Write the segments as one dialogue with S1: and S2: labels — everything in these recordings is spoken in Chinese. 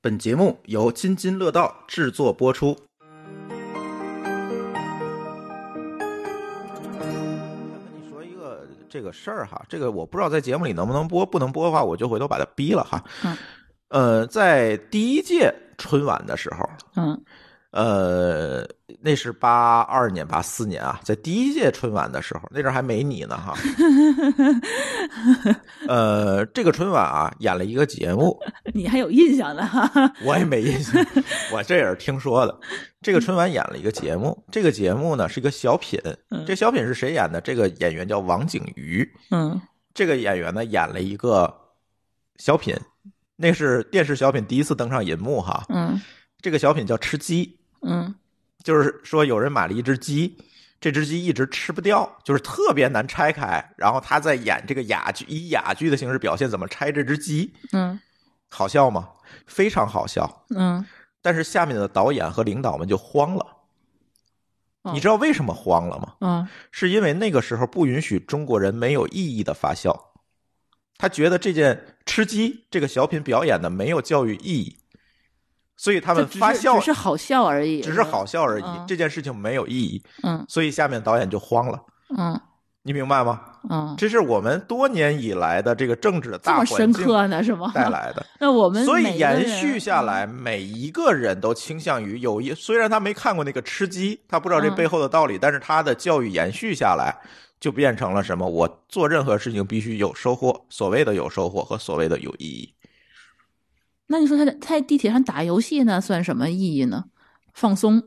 S1: 本节目由津津乐道制作播出。想跟你说一个这个事儿哈，这个我不知道在节目里能不能播，不能播的话我就回头把它逼了哈。
S2: 嗯
S1: 呃，在第一届春晚的时候，
S2: 嗯
S1: 呃，那是八二年、八四年啊，在第一届春晚的时候，那阵儿还没你呢哈。呃，这个春晚啊，演了一个节目，
S2: 你还有印象呢？哈哈
S1: 我也没印象，我这也是听说的。这个春晚演了一个节目，这个节目呢是一个小品，
S2: 嗯
S1: 这小品是谁演的？这个演员叫王景瑜，
S2: 嗯
S1: 这个演员呢演了一个小品，那是电视小品第一次登上银幕哈。
S2: 嗯
S1: 这个小品叫《吃鸡》。
S2: 嗯
S1: 就是说有人买了一只鸡，这只鸡一直吃不掉，就是特别难拆开。然后他在演这个哑剧，以哑剧的形式表现怎么拆这只鸡，
S2: 嗯
S1: 好笑吗？非常好笑。
S2: 嗯，
S1: 但是下面的导演和领导们就慌了
S2: 哦。
S1: 你知道为什么慌了吗？
S2: 嗯
S1: 是因为那个时候不允许中国人没有意义的发笑，他觉得这件吃鸡这个小品表演的没有教育意义，所以他
S2: 就
S1: 们
S2: 只是
S1: 发笑
S2: 只是好笑而已，
S1: 只是好笑而已
S2: 嗯，
S1: 这件事情没有意义。
S2: 嗯
S1: 所以下面导演就慌了，
S2: 嗯
S1: 你明白吗？
S2: 嗯，
S1: 这是我们多年以来的这个政治的
S2: 这
S1: 大
S2: 么
S1: 环
S2: 深
S1: 境
S2: 刻啊呢是吗？
S1: 带来的，
S2: 那我们
S1: 所
S2: 每
S1: 以
S2: 个人嗯
S1: 延续下来，每一个人都倾向于有一，虽然他没看过那个吃鸡，他不知道这
S2: 嗯
S1: 背后的道理，但是他的教育延续下来。就变成了什么？我做任何事情必须有收获，所谓的有收获和所谓的有意义。
S2: 那你说他在在地铁上打游戏呢，算什么意义呢？放松，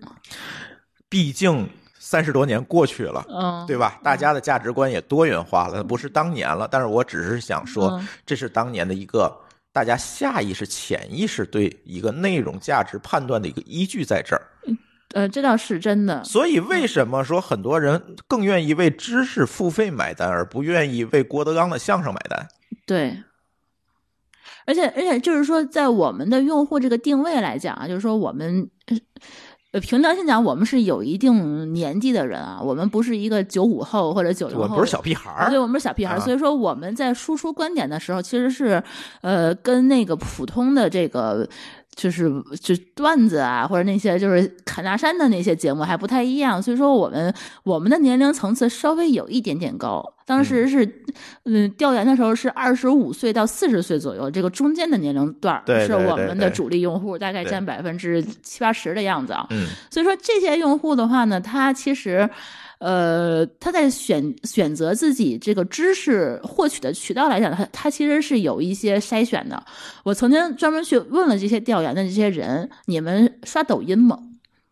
S1: 毕竟三十多年过去了，
S2: 嗯，
S1: 对吧？大家的价值观也多元化了，不是当年了。但是我只是想说
S2: 嗯，
S1: 这是当年的一个大家下意识、潜意识对一个内容价值判断的一个依据在这儿。
S2: 呃，这倒是真的，
S1: 所以为什么说很多人更愿意为知识付费买单，而不愿意为郭德纲的相声买单？
S2: 对。而且而且就是说，在我们的用户这个定位来讲啊，就是说我们。呃，凭良心讲，我们是有一定年纪的人啊，我们不是一个九五后或者九零后，
S1: 我不是小屁孩
S2: 啊对，
S1: 儿，
S2: 我们是小屁孩儿，
S1: 啊
S2: 所以说我们在输出观点的时候，其实是呃跟那个普通的这个。就是就段子啊，或者那些就是侃大山的那些节目还不太一样，所以说我们我们的年龄层次稍微有一点点高。当时是，嗯，调研的时候是二十五岁到四十岁左右，这个中间的年龄段儿
S1: 对
S2: 是
S1: 对
S2: 我
S1: 对
S2: 们的
S1: 对
S2: 主力用户，大概
S1: 对
S2: 占百分之七八十的样子啊。
S1: 嗯，
S2: 所以说这些用户的话呢，他其实，呃，他在选选择自己这个知识获取的渠道来讲，他他其实是有一些筛选的。我曾经专门去问了这些调研的这些人，你们刷抖音吗？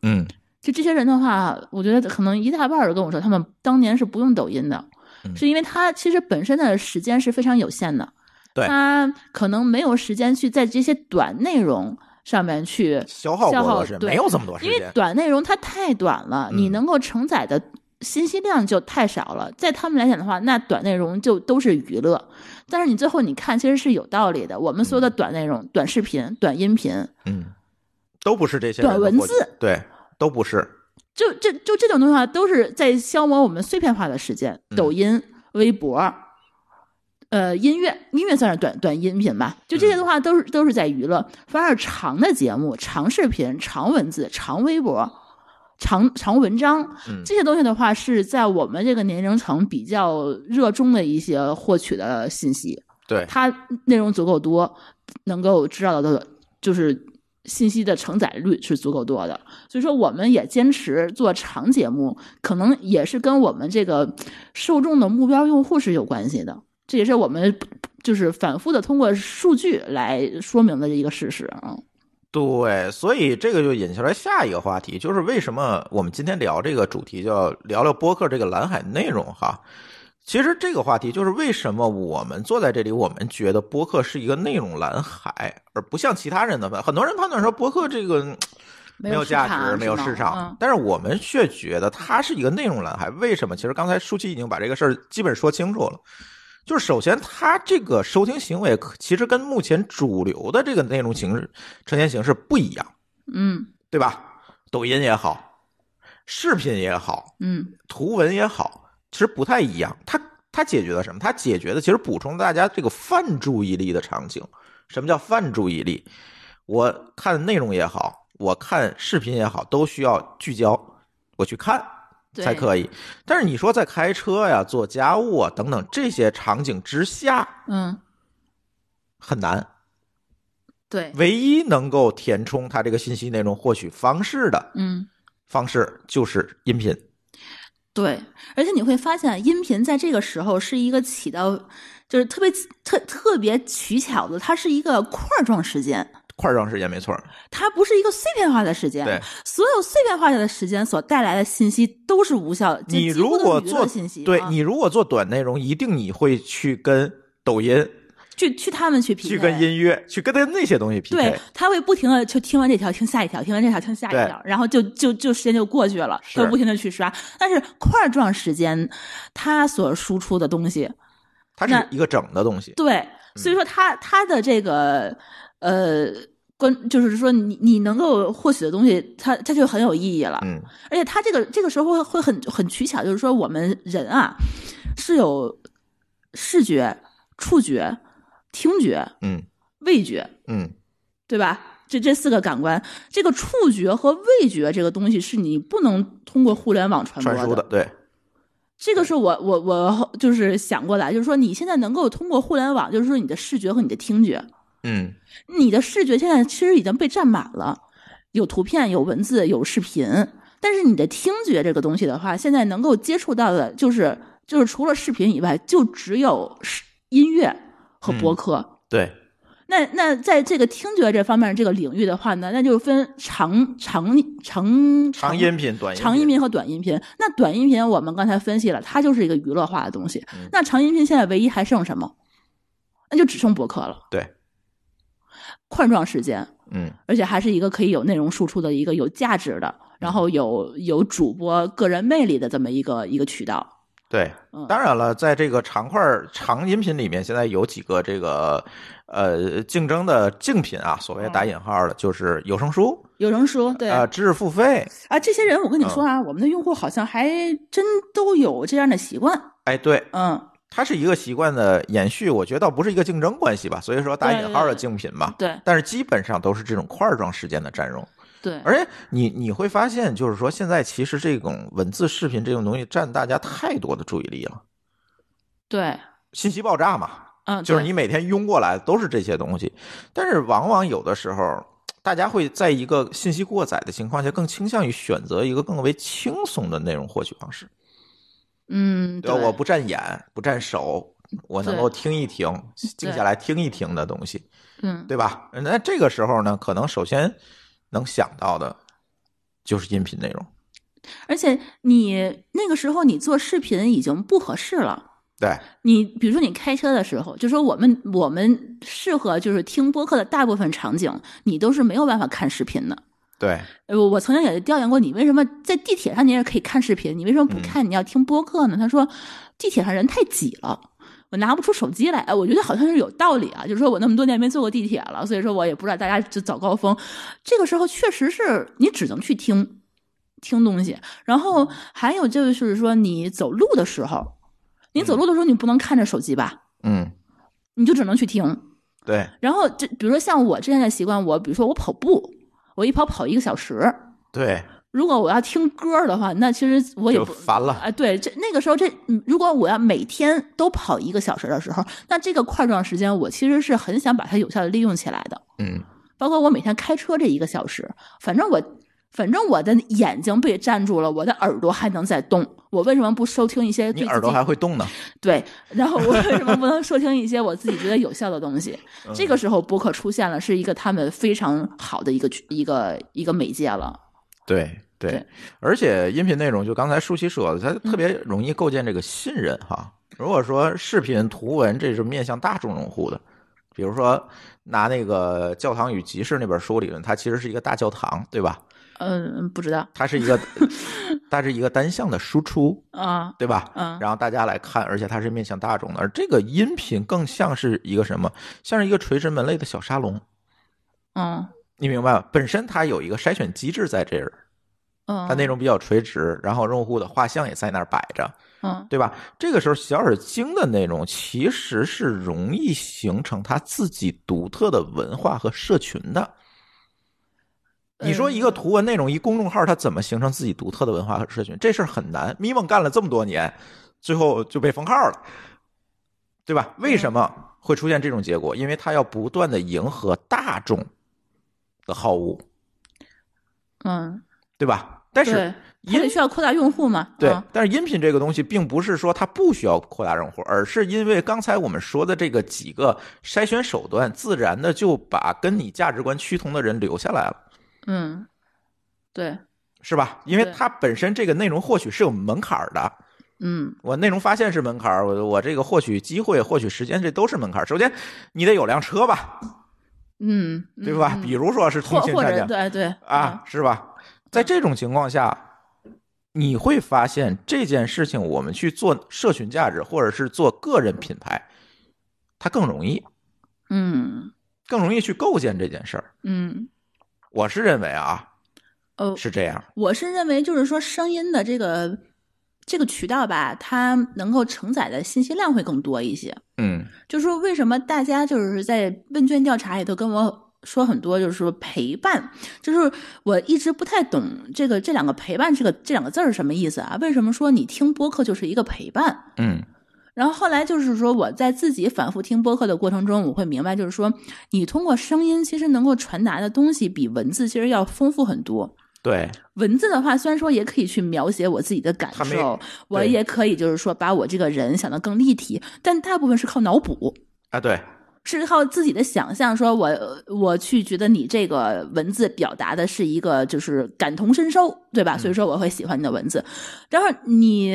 S1: 嗯，
S2: 就这些人的话，我觉得可能一大半儿跟我说，他们当年是不用抖音的，
S1: 嗯
S2: 是因为他其实本身的时间是非常有限的，
S1: 对
S2: 他可能没有时间去在这些短内容上面去
S1: 消耗
S2: 消
S1: 过
S2: 耗
S1: 多是
S2: 对
S1: 没有这么多时
S2: 因为
S1: 间，
S2: 短内容它太短了，你
S1: 嗯
S2: 能够承载的信息量就太少了。在他们来讲的话，那短内容就都是娱乐，但是你最后你看，其实是有道理的。我们所有的短内容、短视频、短音频，
S1: 嗯，都不是这些人
S2: 短
S1: 的
S2: 文
S1: 获取
S2: 字，
S1: 对，都不是，
S2: 就这就这种东西啊，都是在消磨我们碎片化的时间。
S1: 嗯
S2: 抖音、微博，呃，音乐，音乐算是短短音频吧。就这些的
S1: 嗯
S2: 话，都是都是在娱乐。反而长的节目、长视频、长文字、长微博、长长文章
S1: 嗯
S2: 这些东西的话，是在我们这个年龄层比较热衷的一些获取的信息。
S1: 对，
S2: 它内容足够多，能够知道的就是信息的承载率是足够多的。所以说，我们也坚持做长节目，可能也是跟我们这个受众的目标用户是有关系的。这也是我们就是反复的通过数据来说明的一个事实啊。
S1: 对，所以这个就引出来下一个话题，就是为什么我们今天聊这个主题，叫聊聊播客这个蓝海内容哈。其实这个话题就是为什么我们坐在这里，我们觉得播客是一个内容蓝海，而不像其他人的判。很多人判断说播客这个嗯
S2: 没
S1: 有
S2: 有
S1: 价
S2: 市场
S1: 值，没有市
S2: 是
S1: 场
S2: 吗，嗯
S1: 但是我们却觉得它是一个内容蓝海。为什么？其实刚才舒淇已经把这个事儿基本说清楚了。就是首先，它这个收听行为可其实跟目前主流的这个内容形式呈现形式不一样。
S2: 嗯
S1: 对吧？抖音也好，视频也好，
S2: 嗯
S1: 图文也好，其实不太一样。它它解决的什么？它解决的其实补充大家这个泛注意力的场景。什么叫泛注意力？我看内容也好，我看视频也好，都需要聚焦，我去看
S2: 对
S1: 才可以。但是你说在开车呀、做家务啊等等这些场景之下，
S2: 嗯，
S1: 很难。
S2: 对，
S1: 唯一能够填充它这个信息内容获取方式的
S2: 嗯。
S1: 方式就是音频。
S2: 对，而且你会发现，音频在这个时候是一个起到，就是特别特特别取巧的，它是一个块儿状时间，
S1: 块状时间没错儿，
S2: 它不是一个碎片化的时间。
S1: 对，
S2: 所有碎片化的时间所带来的信息都是无效的。就
S1: 你
S2: 几
S1: 如
S2: 乎都是
S1: 果
S2: 娱乐
S1: 做
S2: 信息，
S1: 对
S2: 啊
S1: 你如果做短内容，一定你会去跟抖音、
S2: 去去他们去匹配，
S1: 去跟音乐、去跟那些东西
S2: 对
S1: PK。，
S2: 他会不停的就听完这条，听下一条，听完这条，听下一
S1: 对
S2: 条，然后就就就时间就过去了，
S1: 是
S2: 他会不停的去刷。但是块儿状时间，它所输出的东西，
S1: 它
S2: 那
S1: 是一个整的东西。
S2: 对，
S1: 嗯
S2: 所以说他他的这个呃关，就是说你你能够获取的东西，它它就很有意义了。
S1: 嗯，
S2: 而且他这个这个时候会会很很取巧，就是说我们人啊是有视觉、触觉、听觉、
S1: 嗯
S2: 味觉，
S1: 嗯，
S2: 对吧？这这四个感官，这个触觉和味觉这个东西是你不能通过互联网传播
S1: 传输的对，
S2: 这个是我我我就是想过啊来，就是说你现在能够通过互联网，就是说你的视觉和你的听觉，
S1: 嗯，
S2: 你的视觉现在其实已经被占满了，有图片、有文字、有视频，但是你的听觉这个东西的话，现在能够接触到的，就是就是除了视频以外，就只有是音乐和
S1: 嗯
S2: 播客。
S1: 对，
S2: 那那在这个听觉这方面这个领域的话呢，那就分长长长
S1: 长音频、短
S2: 长音频和短音频。那短音频我们刚才分析了，它就是一个娱乐化的东西。
S1: 嗯
S2: 那长音频现在唯一还剩什么？那就只剩博客了，
S1: 对，
S2: 块状时间。
S1: 嗯，
S2: 而且还是一个可以有内容输出的一个有价值的，然后有有主播个人魅力的这么一个一个渠道。
S1: 对
S2: 嗯。
S1: 当然了，在这个长块儿长音频里面，现在有几个这个呃竞争的竞品啊，所谓打引号的，就是有声书
S2: 有人说，嗯对
S1: 啊、嗯
S2: 啊，
S1: 知识付费，
S2: 这些人我跟你说啊，我们的用户好像还真都有这样的习惯。
S1: 哎，对，
S2: 嗯，
S1: 它是一个习惯的延续，我觉得倒不是一个竞争关系吧，所以说打
S2: 对
S1: 引号的
S2: 对
S1: 竞品嘛。
S2: 对
S1: 但是基本上都是这种块儿状时间的占用，
S2: 对，
S1: 而且你你会发现，就是说现在其实这种文字、视频这种东西占大家太多的注意力了，
S2: 对，
S1: 信息爆炸嘛，
S2: 嗯，
S1: 就是
S2: 对
S1: 你每天拥过来的都是这些东西，但是往往有的时候，大家会在一个信息过载的情况下，更倾向于选择一个更为轻松的内容获取方式。
S2: 嗯，
S1: 对吧，呃我不占眼，不占手，我能
S2: 对
S1: 够听一听，静下来听一听的东西，
S2: 嗯，
S1: 对吧？那这个时候呢，可能首先能想到的就是音频内容。
S2: 而且你那个时候你做视频已经不合适了。
S1: 对，
S2: 你比如说你开车的时候，就说我们我们适合就是听播客的大部分场景，你都是没有办法看视频的。
S1: 对，
S2: 呃，我我曾经也调研过你，为什么在地铁上你也可以看视频，你为什么不看？你要听播客呢？他说，地铁上人太挤了，我拿不出手机来。哎，我觉得好像是有道理啊，就是说我那么多年没坐过地铁了，所以说我也不知道大家就早高峰，这个时候确实是你只能去听听东西，然后还有就是说你走路的时候，你走路的时候你不能看着手机吧，
S1: 嗯，
S2: 你就只能去听。
S1: 对，
S2: 然后这比如说像我之前的习惯，我比如说我跑步，我一跑跑一个小时。
S1: 对，
S2: 如果我要听歌的话，那其实我也
S1: 就
S2: 不
S1: 烦了。
S2: 啊，对，这那个时候这嗯如果我要每天都跑一个小时的时候，那这个块状时间我其实是很想把它有效的利用起来的。
S1: 嗯，
S2: 包括我每天开车这一个小时，反正我反正我的眼睛被占住了，我的耳朵还能在动，我为什么不收听一些对
S1: 你
S2: 自己
S1: 耳朵还会动呢。
S2: 对？然后我为什么不能收听一些我自己觉得有效的 东西？
S1: 嗯
S2: 这个时候播客出现了，是一个他们非常好的一个一个一个媒介了。
S1: 对对
S2: 对，嗯
S1: 而且音频内容就刚才舒淇说的，它特别容易构建这个信任哈。如果说视频、图文这是面向大众用户的，比如说拿那个《教堂与集市》那本书理论，它其实是一个大教堂，对吧？
S2: 嗯，不知道
S1: 它是一 个，它是一个单向的输出，
S2: 啊，
S1: 对吧？
S2: 嗯
S1: 然后大家来看，而且它是面向大众的，而这个音频更像是一个什么？像是一个垂直门类的小沙龙，
S2: 嗯
S1: 你明白吗？本身它有一个筛选机制在这儿，
S2: 嗯，
S1: 它内容比较垂直，然后用户的画像也在那儿摆着，
S2: 嗯
S1: 对吧？这个时候小耳经的内容其实是容易形成它自己独特的文化和社群的，你说一个图文内容，一公众号，它怎么形成自己独特的文化和社群？这事儿很难。咪蒙干了这么多年，最后就被封号了，对吧？为什么会出现这种结果？因为它要不断的迎合大众的好恶，
S2: 嗯，
S1: 对吧？但
S2: 对
S1: 是，
S2: 它
S1: 音
S2: 得需要扩大用户嘛，
S1: 对
S2: 啊，
S1: 但是音频这个东西，并不是说它不需要扩大用户，而是因为刚才我们说的这个几个筛选手段，自然的就把跟你价值观趋同的人留下来了。
S2: 嗯，对，
S1: 是吧？因为
S2: 对
S1: 它本身这个内容获取是有门槛儿的，
S2: 嗯，
S1: 我内容发现是门槛儿，我我这个获取机会、获取时间，这都是门槛儿。首先，你得有辆车吧，
S2: 嗯，
S1: 对吧？
S2: 嗯
S1: 比如说是
S2: 或
S1: 通勤
S2: 或
S1: 车
S2: 者
S1: 辆
S2: 对对
S1: 啊，，
S2: 嗯
S1: 是吧？在这种情况下，你会发现这件事情，我们去做社群价值或者是做个人品牌，它更容易，
S2: 嗯
S1: 更容易去构建这件事儿。
S2: 嗯，
S1: 我是认为啊，
S2: 呃，
S1: 是这样。
S2: 我是认为，就是说声音的这个这个渠道吧，它能够承载的信息量会更多一些。
S1: 嗯
S2: 就是说，为什么大家就是在问卷调查里头跟我说很多，就是说陪伴，就是我一直不太懂这个这两个陪伴这个这两个字儿是什么意思啊？为什么说你听播客就是一个陪伴？
S1: 嗯
S2: 然后后来就是说，我在自己反复听播客的过程中，我会明白，就是说，你通过声音其实能够传达的东西比文字其实要丰富很多。
S1: 对，
S2: 文字的话，虽然说也可以去描写我自己的感
S1: 它没
S2: 受，我
S1: 对
S2: 也可以就是说把我这个人想得更立体，但大部分是靠脑补，
S1: 啊对，
S2: 是靠自己的想象，说我我去觉得你这个文字表达的是一个就是感同身受，对吧？
S1: 嗯
S2: 所以说我会喜欢你的文字。然后你，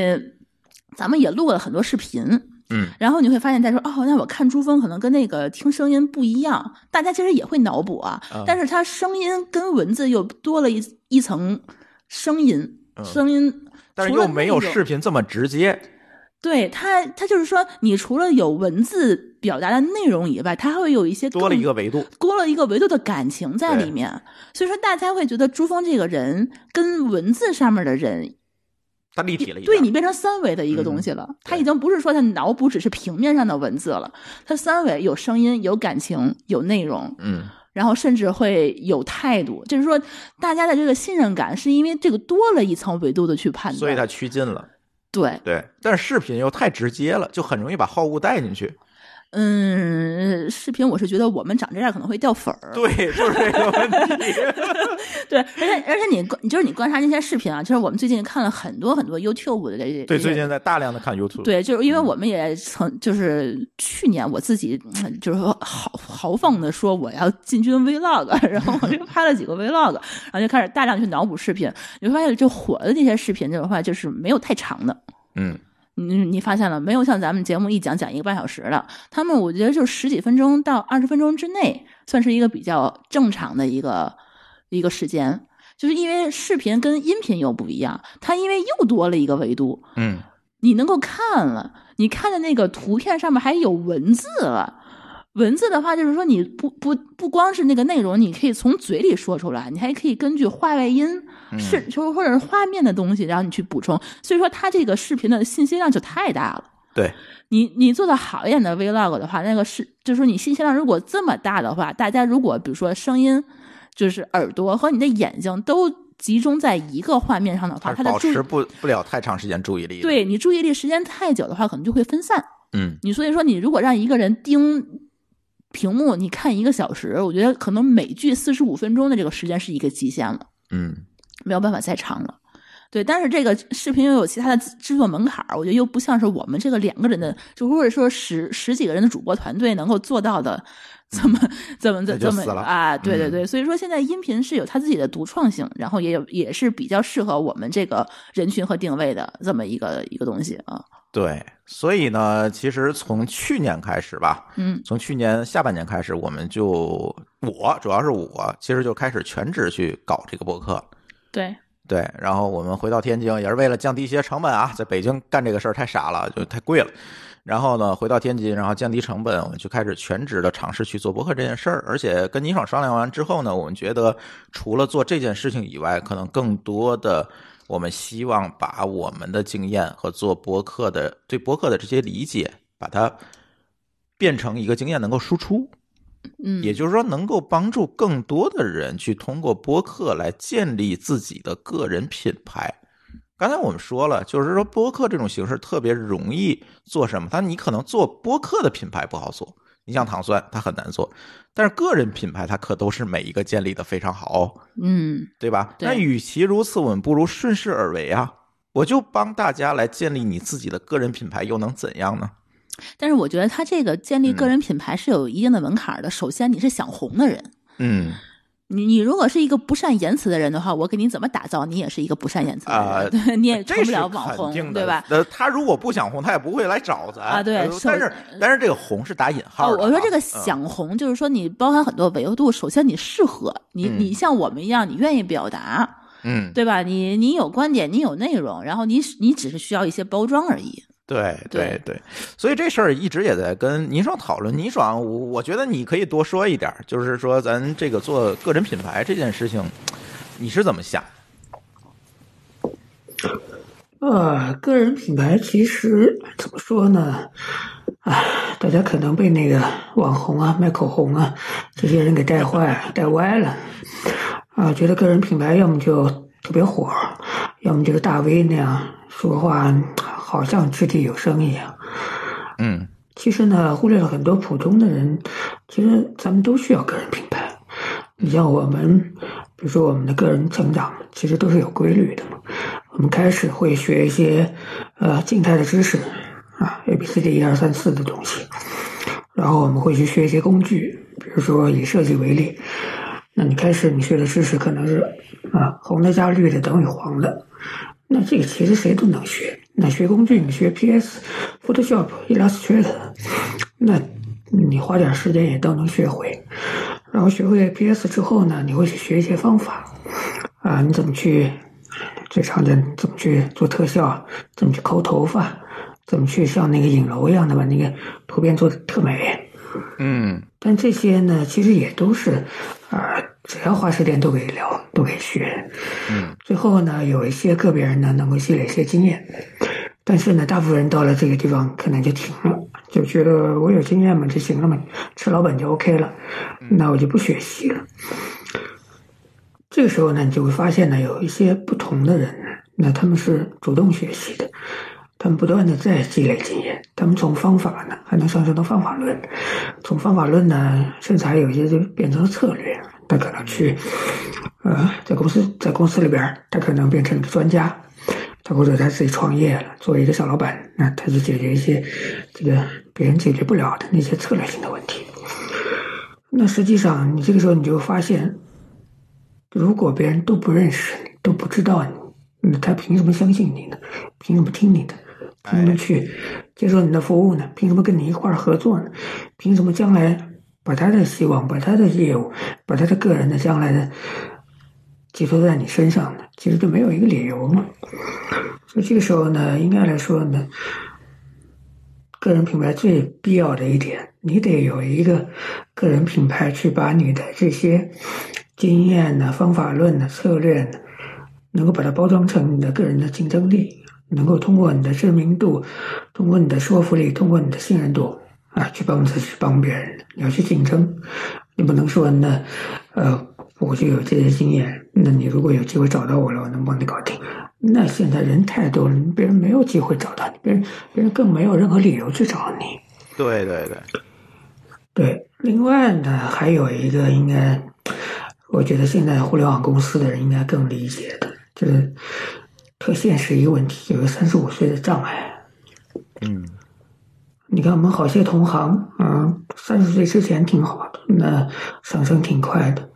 S2: 咱们也录了很多视频，
S1: 嗯
S2: 然后你会发现，他说哦，那我看珠峰可能跟那个听声音不一样，大家其实也会脑补啊，
S1: 嗯
S2: 但是它声音跟文字又多了一一层声音，
S1: 嗯
S2: 声音，
S1: 但是
S2: 除了
S1: 又没有
S2: 那种
S1: 视频这么直接。
S2: 对它，它就是说，你除了有文字表达的内容以外，它还会有一些
S1: 多了
S2: 更
S1: 一个维度。
S2: 多了一个维度的感情在
S1: 对
S2: 里面，所以说大家会觉得珠峰这个人跟文字上面的人，
S1: 它立体了一点。嗯
S2: 对你变成三维的一个东西了。他已经不是说他脑补只是平面上的文字了，他三维有声音、有感情、有内容，
S1: 嗯，
S2: 然后甚至会有态度。就是说，大家的这个信任感是因为这个多了一层维度的去判断，
S1: 所以它趋近了。
S2: 对，
S1: 对，但是视频又太直接了，就很容易把好物带进去。
S2: 嗯，视频我是觉得我们长这样可能会掉粉儿，
S1: 对，就是这个问 题。
S2: 对，而且而且你观你就是你观察那些视频啊，就是我们最近看了很多很多 YouTube 的这些
S1: 对，
S2: 这些
S1: 最近在大量的看 YouTube。，
S2: 对，就是因为我们也曾就是去年我自己嗯就是豪豪放的说我要进军 Vlog，然 后我就拍了几个 Vlog，然后就开始大量去脑补视频，你会发现就火的那些视频的话就是没有太长的。
S1: 嗯，
S2: 你你发现了没有？像咱们节目一讲讲一个半小时的，他们我觉得就十几分钟到二十分钟之内，算是一个比较正常的一个一个时间。就是因为视频跟音频又不一样，它因为又多了一个维度，
S1: 嗯，
S2: 你能够看了，你看的那个图片上面还有文字了。文字的话，就是说你不不不光是那个内容，你可以从嘴里说出来，你还可以根据话外音
S1: 嗯
S2: 是就是或者是画面的东西，然后你去补充。所以说，它这个视频的信息量就太大了。
S1: 对，
S2: 你你做的好一点的 vlog 的话，那个是就是说你信息量如果这么大的话，大家如果比如说声音，就是耳朵和你的眼睛都集中在一个画面上的话，
S1: 它是
S2: 它的
S1: 保
S2: 注意
S1: 持不不了太长时间注意力。，
S2: 对你注意力时间太久的话，可能就会分散。
S1: 嗯，
S2: 你所以说，你如果让一个人盯屏幕，你看一个小时，我觉得可能美剧四十五分钟的这个时间是一个极限了，
S1: 嗯，
S2: 没有办法再长了。对，但是这个视频又有其他的制制作门槛儿，我觉得又不像是我们这个两个人的，就或者说十十几个人的主播团队能够做到的，这么这么
S1: 嗯那就
S2: 这么
S1: 死了嗯
S2: 啊，对对对，所以说现在音频是有它自己的独创性，然后也有也是比较适合我们这个人群和定位的这么一个一个东西啊，
S1: 对。所以呢，其实从去年开始吧，
S2: 嗯
S1: 从去年下半年开始，我们就我主要是我，其实就开始全职去搞这个博客。
S2: 对，
S1: 对，然后我们回到天津也是为了降低一些成本啊，在北京干这个事儿太傻了，就太贵了。然后呢，回到天津，然后降低成本，我们就开始全职的尝试去做博客这件事儿。而且跟倪爽商量完之后呢，我们觉得除了做这件事情以外，可能更多的我们希望把我们的经验和做博客的对博客的这些理解，把它变成一个经验能够输出。
S2: 嗯，
S1: 也就是说，能够帮助更多的人去通过播客来建立自己的个人品牌。刚才我们说了，就是说播客这种形式特别容易做什么？它你可能做播客的品牌不好做，你像糖蒜它很难做，但是个人品牌它可都是每一个建立的非常好哦、
S2: 嗯
S1: 对吧？
S2: 对
S1: 那与其如此，我们不如顺势而为啊！我就帮大家来建立你自己的个人品牌，又能怎样呢？
S2: 但是我觉得他这个建立个
S1: 嗯
S2: 人品牌是有一定的门槛儿的。首先，你是想红的人，
S1: 嗯
S2: 你你如果是一个不善言辞的人的话，我给你怎么打造，你也是一个不善言辞的人，
S1: 啊
S2: 对，你也成
S1: 这
S2: 不
S1: 是
S2: 了网
S1: 肯定
S2: 红，
S1: 的
S2: 对吧？？
S1: 呃，他如果不想红，他也不会来找咱
S2: 啊对
S1: 呃
S2: 首
S1: 但是但是这个红是打引号
S2: 哦，
S1: 的啊。
S2: 我说这个
S1: 嗯
S2: 想红，就是说你包含很多维度。首先，你适合你，
S1: 嗯
S2: 你像我们一样，你愿意表达，
S1: 嗯，
S2: 对吧？你你有观点，你有内容，然后你你只是需要一些包装而已。
S1: 对
S2: 对
S1: 对，所以这事儿一直也在跟倪爽讨论。倪爽，我我觉得你可以多说一点儿，就是说咱这个做个人品牌这件事情，你是怎么想？
S3: 呃，个人品牌其实怎么说呢？唉，大家可能被那个网红啊、卖口红啊这些人给带坏、带歪了啊，觉得个人品牌要么就特别火，要么就是大 V 那样说话，好像掷地有声一样。
S1: 嗯
S3: 其实呢，忽略了很多普通的人。其实咱们都需要个人品牌。你像我们，比如说我们的个人成长，其实都是有规律的嘛。我们开始会学一些呃静态的知识啊，A B C D 一二三四的东西，然后我们会去学一些工具，比如说以设计为例，那你开始你学的知识可能是啊红的加绿的等于黄的，那这个其实谁都能学。那学工具，你学 PS、Photoshop、Illustrator，那你花点时间也都能学会。然后学会 PS 之后呢，你会去学一些方法啊，你怎么去最常见怎么去做特效，怎么去抠头发，怎么去像那个影楼一样的把那个图片做的特美。
S1: 嗯
S3: 但这些呢，其实也都是啊，只要花时间都可以聊，都可以学。
S1: 嗯
S3: 最后呢，有一些个别人呢能够积累一些经验，但是呢，大部分人到了这个地方可能就停了，就觉得我有经验嘛就行了嘛，吃老本就 OK 了，那我就不学习了。这个时候呢，你就会发现呢，有一些不同的人，那他们是主动学习的，他们不断的在积累经验，他们从方法呢还能上升到方法论，从方法论呢，甚至还有一些就变成了策略，他可能去，呃，在公司在公司里边儿，他可能变成一个专家，他或者他自己创业了，作为一个小老板，那他就解决一些这个别人解决不了的那些策略性的问题。那实际上，你这个时候你就发现，如果别人都不认识你，都不知道你，那他凭什么相信你呢？凭什么听你的？凭什么去接受你的服务呢？凭什么跟你一块儿合作呢？凭什么将来把他的希望、把他的业务、把他的个人的将来的寄托在你身上呢？其实就没有一个理由嘛。所以这个时候呢，应该来说呢，个人品牌最必要的一点，你得有一个个人品牌去把你的这些经验呢、方法论呢、策略呢，能够把它包装成你的个人的竞争力，能够通过你的知名度，通过你的说服力，通过你的信任度啊，去帮自己、去帮别人。你要去竞争，你不能说那，呃，我就有这些经验，那你如果有机会找到我了，我能帮你搞定。那现在人太多了，别人没有机会找到你，别人别人更没有任何理由去找你。
S1: 对对对，
S3: 对，另外呢，还有一个应该，我觉得现在互联网公司的人应该更理解的，就是特现实一个问题，有个三十五岁的障碍。
S1: 嗯
S3: 你看，我们好些同行，嗯，三十岁之前挺好的，那上升挺快的，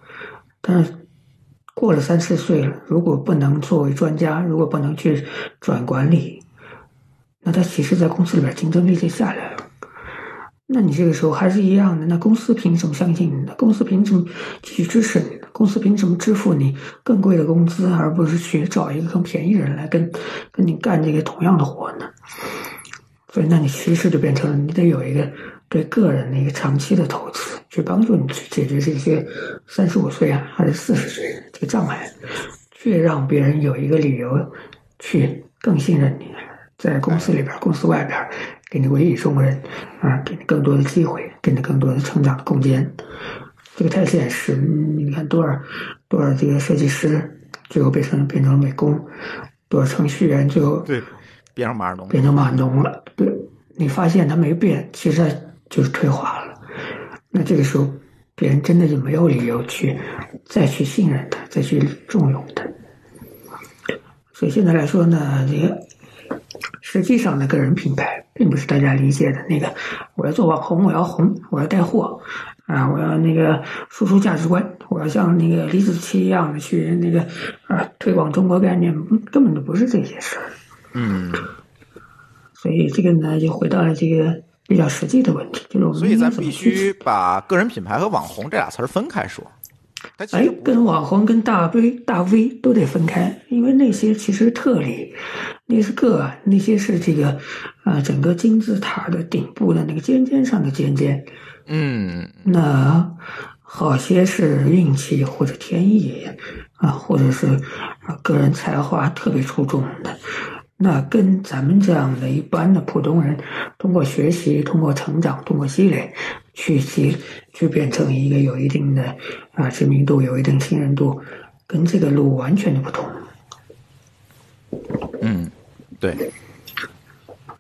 S3: 但是过了三十岁了，如果不能作为专家，如果不能去转管理，那他其实在公司里边竞争力就下来了。那你这个时候还是一样的，那公司凭什么相信你呢？公司凭什么继续支持你呢？公司凭什么支付你更贵的工资，而不是去找一个更便宜的人来跟跟你干这个同样的活呢？所以，那你趋势就变成了你得有一个对个人的一个长期的投资，去帮助你去解决这些三十五岁啊还是四十岁的这个障碍，去让别人有一个理由去更信任你，在公司里边、公司外边，给你维语中国人啊，给你更多的机会，给你更多的成长的空间。这个太现实，嗯你看多少多少这个设计师最后变成变成美工，多少程序员最后
S4: 对，
S1: 变成马尔龙，
S3: 变成码农了。对，你发现他没变，其实他就是退化了。那这个时候，别人真的就没有理由去再去信任他，再去重用他。所以现在来说呢，这个实际上呢，个人品牌并不是大家理解的那个，我要做网红，我要红，我要带货，啊，我要那个输出价值观，我要像那个李子柒一样的去那个啊推广中国概念，嗯根本就不是这些事儿。
S1: 嗯，
S3: 所以这个呢，就回到了这个比较实际的问题，就是我们
S1: 所以
S3: 应该
S1: 咱
S3: 怎么
S1: 必
S3: 去
S1: 须把个人品牌和网红这俩词儿分开说。它其
S3: 哎
S1: 实，不
S3: 跟网红、跟大 V、大 V 都得分开，因为那些其实是特例，那是个案，那些是这个，呃，整个金字塔的顶部的那个尖尖上的尖尖，
S1: 嗯，
S3: 那好些是运气或者天意啊，或者是啊个人才华特别出众的。那跟咱们这样的一般的普通人，通过学习、通过成长、通过积累，去积去变成一个有一定的啊知名度、有一定信任度，跟这个路完全就不同。
S1: 嗯，对，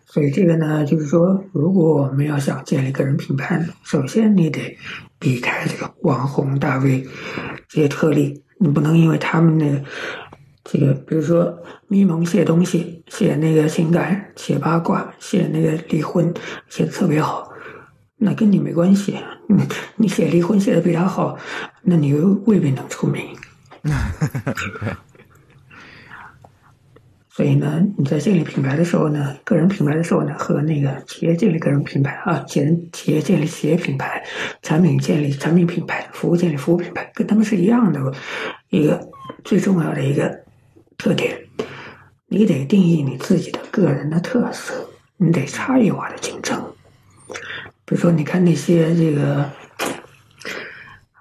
S3: 所以这个呢，就是说，如果我们要想建立个人品牌，首先你得避开这个网红大 V 这些特例，你不能因为他们那个这个，比如说咪蒙写东西、写那个情感、写八卦、写那个离婚，写的特别好，那跟你没关系。 嗯，你写离婚写的比他好，那你又未必能出名。所以呢，你在建立品牌的时候呢，个人品牌的时候呢，和那个企业建立个人品牌啊，企业企业建立企业品牌，产品建立产品品牌，服务建立服务品牌，跟他们是一样的一个最重要的一个特点。你得定义你自己的个人的特色，你得差异化的竞争。比如说，你看那些这个，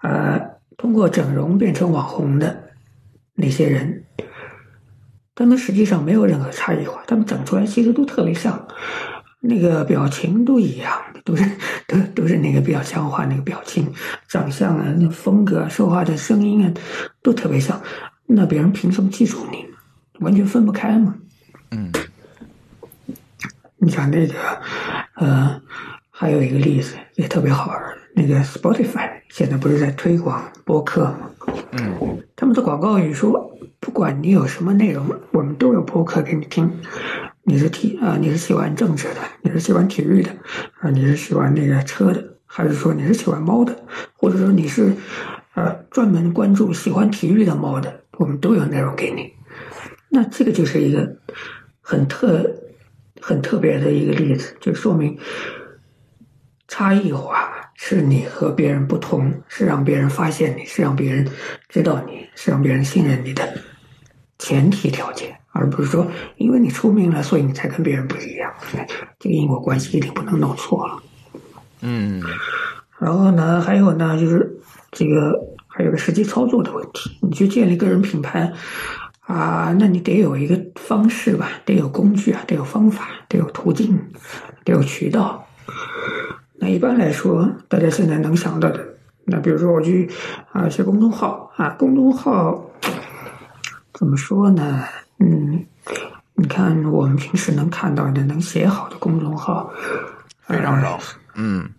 S3: 呃，通过整容变成网红的那些人，他们实际上没有任何差异化，他们整出来其实都特别像，那个表情都一样，都是都都是那个比较像话那个表情、长相啊、那风格啊、说话的声音啊，都特别像。那别人凭什么记住你？完全分不开嘛。
S1: 嗯
S3: 你讲那个，呃，还有一个例子也特别好玩儿，那个 Spotify 现在不是在推广播客吗？
S1: 嗯
S3: 他们的广告语说，不管你有什么内容，我们都有播客给你听。你是体啊、你是喜欢政治的，你是喜欢体育的，啊、你是喜欢那个车的，还是说你是喜欢猫的，或者说你是呃专门关注喜欢体育的猫的，我们都有内容给你。那这个就是一个很特很特别的一个例子，就说明差异化是你和别人不同，是让别人发现你，是让别人知道你，是让别人信任你的前提条件，而不是说因为你出名了，所以你才跟别人不一样。这个因果关系一定不能弄错了。
S1: 嗯
S3: 然后呢，还有呢，就是这个还有个实际操作的问题。你去建立个人品牌啊，那你得有一个方式吧，得有工具啊，得有方法，得有途径，得有渠道。那一般来说，大家现在能想到的，那比如说我去啊写公众号啊，公众号怎么说呢？嗯，你看我们平时能看到的能写好的公众号
S1: 非常少
S3: 呃
S1: 嗯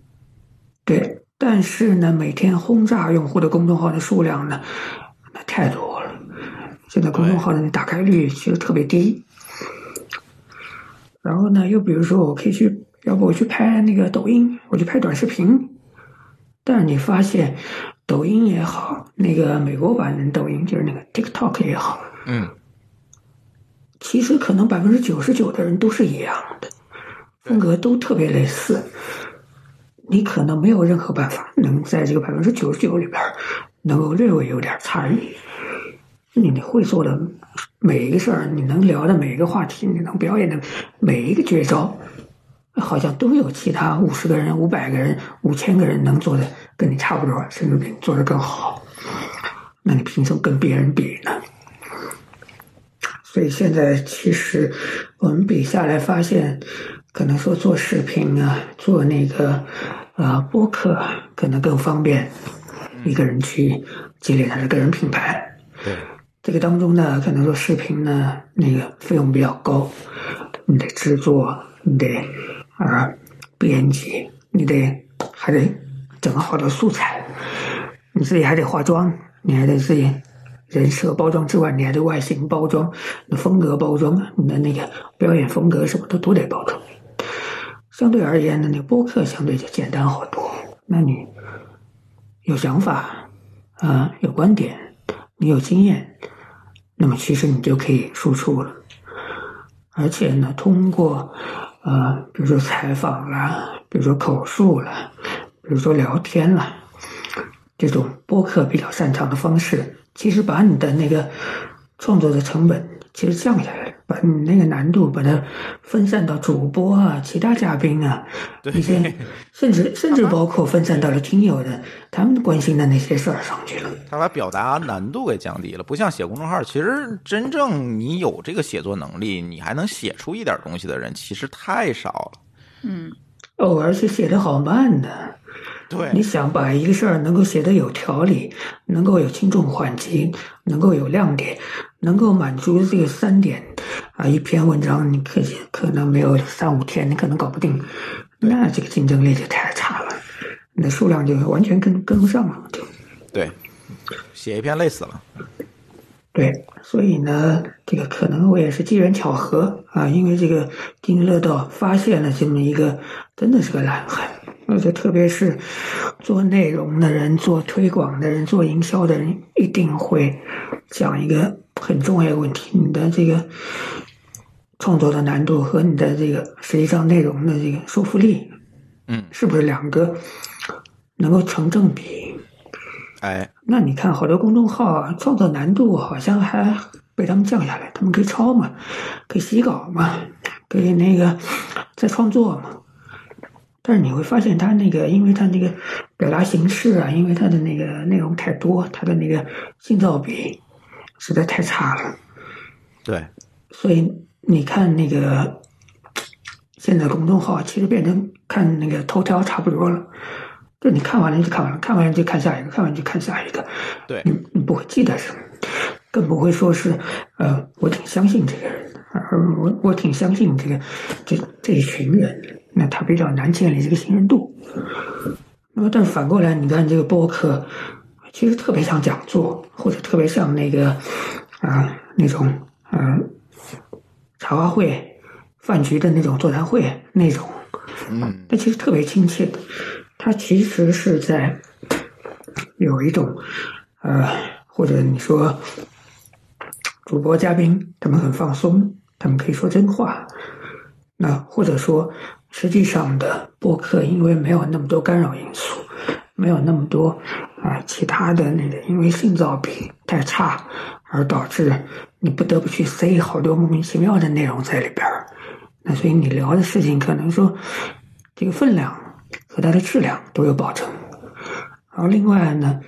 S3: 对，但是呢，每天轰炸用户的公众号的数量呢，那太多了。现在公众号的打开率其实特别低。然后呢，又比如说，我可以去，要不我去拍那个抖音，我去拍短视频。但是你发现，抖音也好，那个美国版的抖音就是那个 TikTok 也好，
S1: 嗯，
S3: 其实可能百分之九十九的人都是一样的，风格都特别类似。你可能没有任何办法能在这个百分之九十九里边儿能够略微有点差异。你会做的每一个事儿，你能聊的每一个话题，你能表演的每一个绝招，好像都有其他五十个人、五百个人、五千个人能做的跟你差不多，甚至比你做的更好。那你凭什么跟别人比呢？所以现在其实我们比下来发现，可能说做视频啊，做那个呃播客啊，可能更方便一个人去积累他的个人品牌。
S1: 对，
S3: 这个当中呢，可能说视频呢，那个费用比较高，你得制作，你得啊、编辑，你得还得整好的素材，你自己还得化妆，你还得自己人设包装之外，你还得外形包装、你的风格包装、啊你的那个表演风格什么的都得包装。相对而言呢，那播客相对就简单好多。那你有想法，啊、有观点，你有经验，那么其实你就可以输出了。而且呢，通过呃，比如说采访啦，比如说口述啦，比如说聊天啦，这种播客比较擅长的方式，其实把你的那个创作的成本其实降下来了，把你那个难度把它分散到主播啊、其他嘉宾啊，一些甚至甚至包括分散到了听友的他们关心的那些事儿上去了。
S1: 他把表达难度给降低了，不像写公众号，其实真正你有这个写作能力，你还能写出一点东西的人，其实太少了。
S2: 嗯，
S3: 偶尔是写的好慢的，你
S1: 对，
S3: 想把一个事儿能够写得有条理，能够有轻重缓急，能够有亮点，能够满足这个三点啊，一篇文章你可可能没有三五天，你可能搞不定，那这个竞争力就太差了，你的数量就完全跟跟不上了，就
S1: 对，写一篇累死了。
S3: 对，所以呢，这个可能我也是机缘巧合啊，因为这个津津乐道发现了这么一个，真的是个蓝海。而且特别是做内容的人、做推广的人、做营销的人，一定会讲一个很重要的问题：你的这个创作的难度和你的这个实际上内容的这个说服力
S1: 嗯，
S3: 是不是两个能够成正比？
S1: 哎，
S3: 那你看，好多公众号啊，创作难度好像还被他们降下来，他们可以抄嘛，可以洗稿嘛，可以那个再创作嘛。但是你会发现，他那个，因为他那个表达形式啊，因为他的那个内容太多，他的那个信噪比实在太差了。
S1: 对，
S3: 所以你看那个现在公众号其实变成看那个头条差不多了，就你看完了就看完了，看完了就看下一个，看完了就看下一个，
S1: 对
S3: 你你不会记得什么，更不会说是呃，我挺相信这个人，而我我挺相信这个这这一群人，那他比较难建立这个信任度。那么，但是反过来，你看这个播客，其实特别像讲座，或者特别像那个啊、那种嗯、呃茶话会、饭局的那种座谈会那种，
S1: 嗯，
S3: 那其实特别亲切的。它其实是在有一种呃，或者你说主播嘉宾他们很放松，他们可以说真话。那或者说，实际上的播客因为没有那么多干扰因素，没有那么多啊、呃其他的那个，因为信噪比太差，而导致你不得不去塞好多莫名其妙的内容在里边儿。那所以你聊的事情可能说，这个分量和它的质量都有保证。然后另外呢，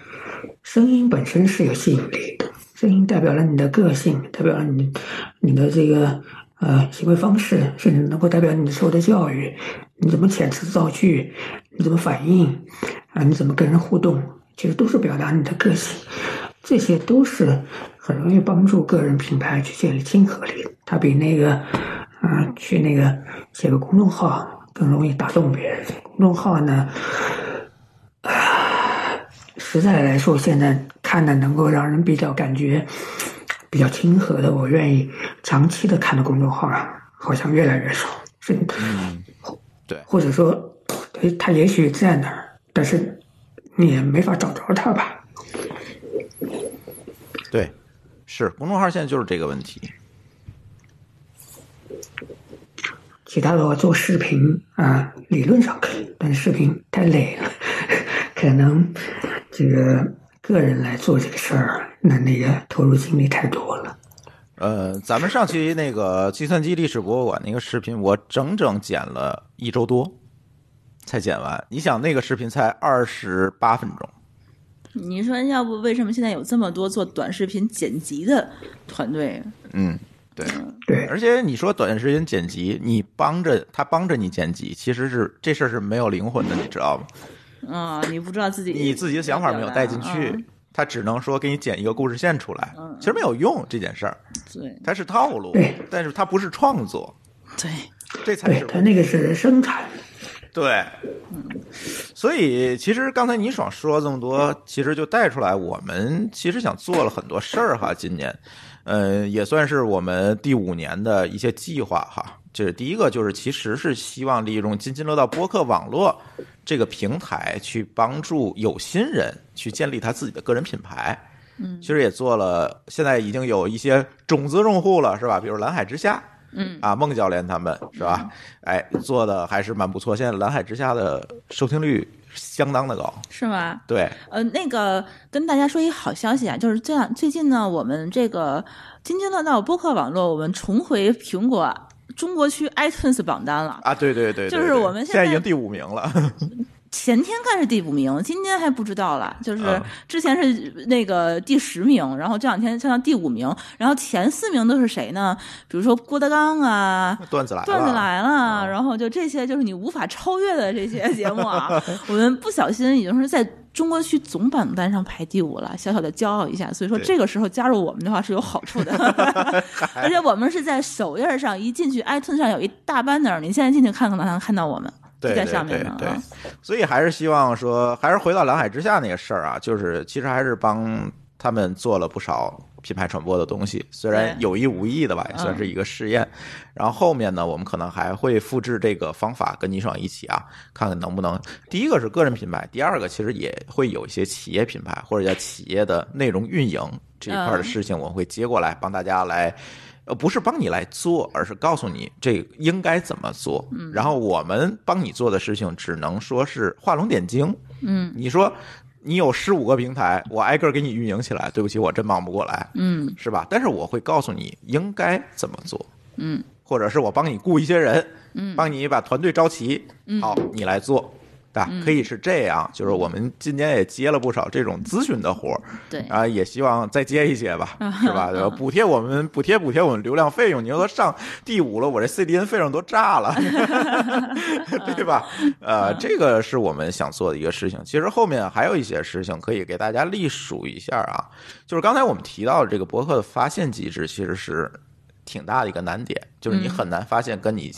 S3: 声音本身是有吸引力的，声音代表了你的个性，代表了你你的这个呃行为方式，甚至能够代表你受的教育，你怎么遣词造句，你怎么反应啊，你怎么跟人互动，其实都是表达你的个性，这些都是很容易帮助个人品牌去建立亲和力的。它比那个啊、去那个写个公众号更容易打动别人。公众号呢？实在来说，现在看的能够让人比较感觉比较亲和的，我愿意长期的看的公众号啊，好像越来越少，是，
S1: 嗯对
S3: 或者说，诶它也许在那儿，但是你也没法找着它吧？
S1: 对，是公众号现在就是这个问题。
S3: 其他的话做视频啊，理论上可以，但是视频太累了， 可能这个个人来做这个事儿，那那个投入精力太多了。
S1: 呃，咱们上期那个计算机历史博物馆那个视频，我整整剪了一周多才剪完。你想，那个视频才二十八分钟，
S2: 嗯你说要不为什么现在有这么多做短视频剪辑的团队？
S1: 嗯，对，
S3: 对，
S1: 而且你说短视频剪辑，你帮着他帮着你剪辑，其实是这事儿是没有灵魂的，你知道吗？
S2: 啊、你不知道自己
S1: 你自己的想法没有带进去
S2: 嗯，
S1: 他只能说给你剪一个故事线出来
S2: 嗯，
S1: 其实没有用这件事儿，
S2: 对
S1: 它是套路
S3: 对，
S1: 但是它不是创作，
S2: 对，
S1: 这才
S3: 对
S1: 是
S3: 他那个是生产，
S1: 对，嗯所以其实刚才倪爽说了这么多，其实就带出来我们其实想做了很多事儿哈，今年，呃，也算是我们第五年的一些计划哈。这是第一个，就是其实是希望利用津津乐道播客网络这个平台，去帮助有心人去建立他自己的个人品牌。
S2: 嗯
S1: 其实也做了，现在已经有一些种子用户了，是吧？比如蓝海之下，
S2: 嗯
S1: 啊，孟教练他们是吧？哎，做的还是蛮不错。现在《蓝海之下》的收听率相当的高，
S2: 是吗？
S1: 对，
S2: 呃，那个跟大家说一个好消息啊，就是这样，最近呢，我们这个津津乐道播客网络，我们重回苹果中国区 iTunes 榜单了。
S1: 啊，对对对，对
S2: 就是
S1: 对
S2: 我们
S1: 现
S2: 现在
S1: 已经第五名了，
S2: 前天看是第五名，今天还不知道了。就是
S1: 啊
S2: 之前是那个第十名，然后这两天降到第五名，然后前四名都是谁呢？比如说郭德纲啊，
S1: 段子来了，
S2: 段子来了，
S1: 嗯
S2: 然后就这些就是你无法超越的这些节目 啊，我们不小心已经是在中国区总榜单上排第五了，小小的骄傲一下。所以说
S1: 对
S2: 这个时候加入我们的话是有好 处的，而且我们是在首页上一进去，iTunes 上有一大 banner，你现在进去看可能能看到我们。
S1: 对
S2: 就
S1: 对
S2: 在上面
S1: 对
S2: 呢，
S1: 对
S2: 啊，
S1: 所以还是希望说，还是回到蓝海之下那个事儿啊，就是其实还是帮他们做了不少品牌传播的东西，虽然
S2: 对
S1: 有意无意的吧，也
S2: 嗯
S1: 算是一个试验。然后后面呢，我们可能还会复制这个方法跟倪爽一起啊，看看能不能。第一个是个人品牌，第二个其实也会有一些企业品牌或者叫企业的内容运营这一块的事情，我们会接过来帮大家来。呃，不是帮你来做，而是告诉你这应该怎么做。然后我们帮你做的事情，只能说是画龙点睛。
S2: 嗯
S1: 你说你有十五个平台，我挨个儿给你运营起来，对不起，我真忙不过来，
S2: 嗯
S1: 是吧？但是我会告诉你应该怎么做，
S2: 嗯
S1: 或者是我帮你雇一些人，
S2: 嗯
S1: 帮你把团队招齐，
S2: 嗯
S1: 好，你来做。对吧，可以是这样，就是我们今年也接了不少这种咨询的活儿，
S2: 对
S1: 啊，也希望再接一些吧，是吧？对吧？补贴我们，补贴补贴我们流量费用。你说上第五了，我这 CDN 费用都炸了，对吧？呃，这个是我们想做的一个事情。其实后面还有一些事情可以给大家隶属一下啊，就是刚才我们提到的这个博客的发现机制，其实是挺大的一个难点，就是你很难发现跟你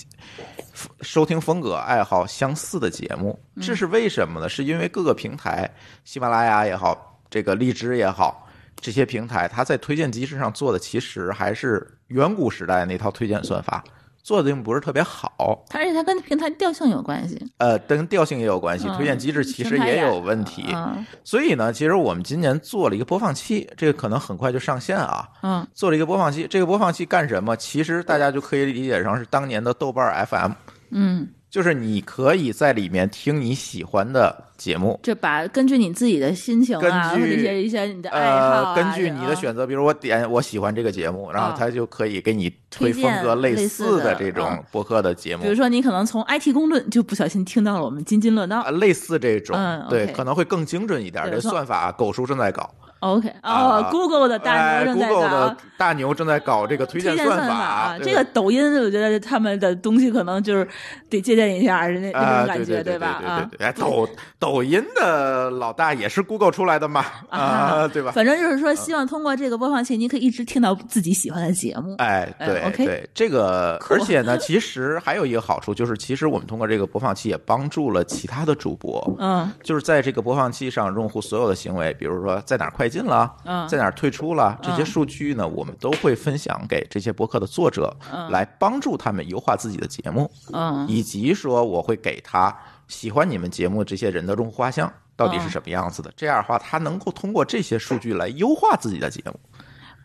S1: 收听风格爱好相似的节目，
S2: 嗯
S1: 这是为什么呢？是因为各个平台，喜马拉雅也好，这个荔枝也好，这些平台它在推荐机制上做的其实还是远古时代那套推荐算法。做的并不是特别好，
S2: 它而且它跟平台调性有关系，
S1: 呃，跟调性也有关系，
S2: 嗯
S1: 推荐机制其实
S2: 平台
S1: 也
S2: 呀
S1: 有问题。
S2: 嗯
S1: 所以呢，其实我们今年做了一个播放器，这个可能很快就上线啊。
S2: 嗯
S1: 做了一个播放器，这个播放器干什么？其实大家就可以理解成是当年的豆瓣儿 FM，
S2: 嗯，
S1: 就是你可以在里面听你喜欢的节目，
S2: 这把根据你自己的心情啊，或
S1: 根
S2: 者
S1: 据
S2: 一些一些你的爱好
S1: 呃，
S2: 啊，
S1: 根据你的
S2: 啊
S1: 选择，比如我点我喜欢这个节目，然后
S2: 啊
S1: 它就可以给你推
S2: 推
S1: 风
S2: 荐
S1: 格
S2: 类
S1: 似
S2: 似
S1: 的
S2: 的
S1: 这种
S2: 啊
S1: 播客的节目
S2: 比如，说，你可能从 IT 公论就不小心听到了我们津津乐
S1: 啊，
S2: 道。
S1: 类似这种
S2: 嗯，
S1: 对，
S2: OK
S1: 可能会更精准一点。
S2: 对
S1: 这
S2: 我说
S1: 算法狗叔正在搞，
S2: OK，
S1: 啊
S2: 哦，Google 的大
S1: 哎
S2: 牛正在
S1: ，Google
S2: 搞
S1: 的大牛正在搞这个推荐
S2: 算
S1: 法
S2: 啊，，
S1: 对
S2: 这个抖音，我觉得他们的东西可能就是得借鉴一下人家那
S1: 啊，
S2: 种
S1: 对
S2: 感觉，
S1: 对
S2: 吧？啊
S1: 对对对，哎，抖抖音的老大也是 Google 出来的嘛， 啊，对吧？
S2: 反正就是说，希望通过这个播放器，你可以一直听到自己喜欢的节目。
S1: 哎，
S2: 哎
S1: 对、
S2: ，OK
S1: 对，这 个，
S2: 酷
S1: 而且呢，其实还有一个好处就是，其实我们通过这个播放器也帮助了其他的主播，
S2: 嗯
S1: 就是在这个播放器上，用户所有的行为，比如说在哪儿快进了，
S2: 嗯
S1: 在哪儿退出了，这些
S2: 嗯
S1: 数据呢，我们都会分享给这些博客的作者，
S2: 嗯
S1: 来帮助他们优化自己的节目。
S2: 嗯
S1: 以及说我会给他喜欢你们节目这些人的用户画像到
S2: 嗯
S1: 底是什么样子的。这样的话，他能够通过这些数据来优化自己的节目，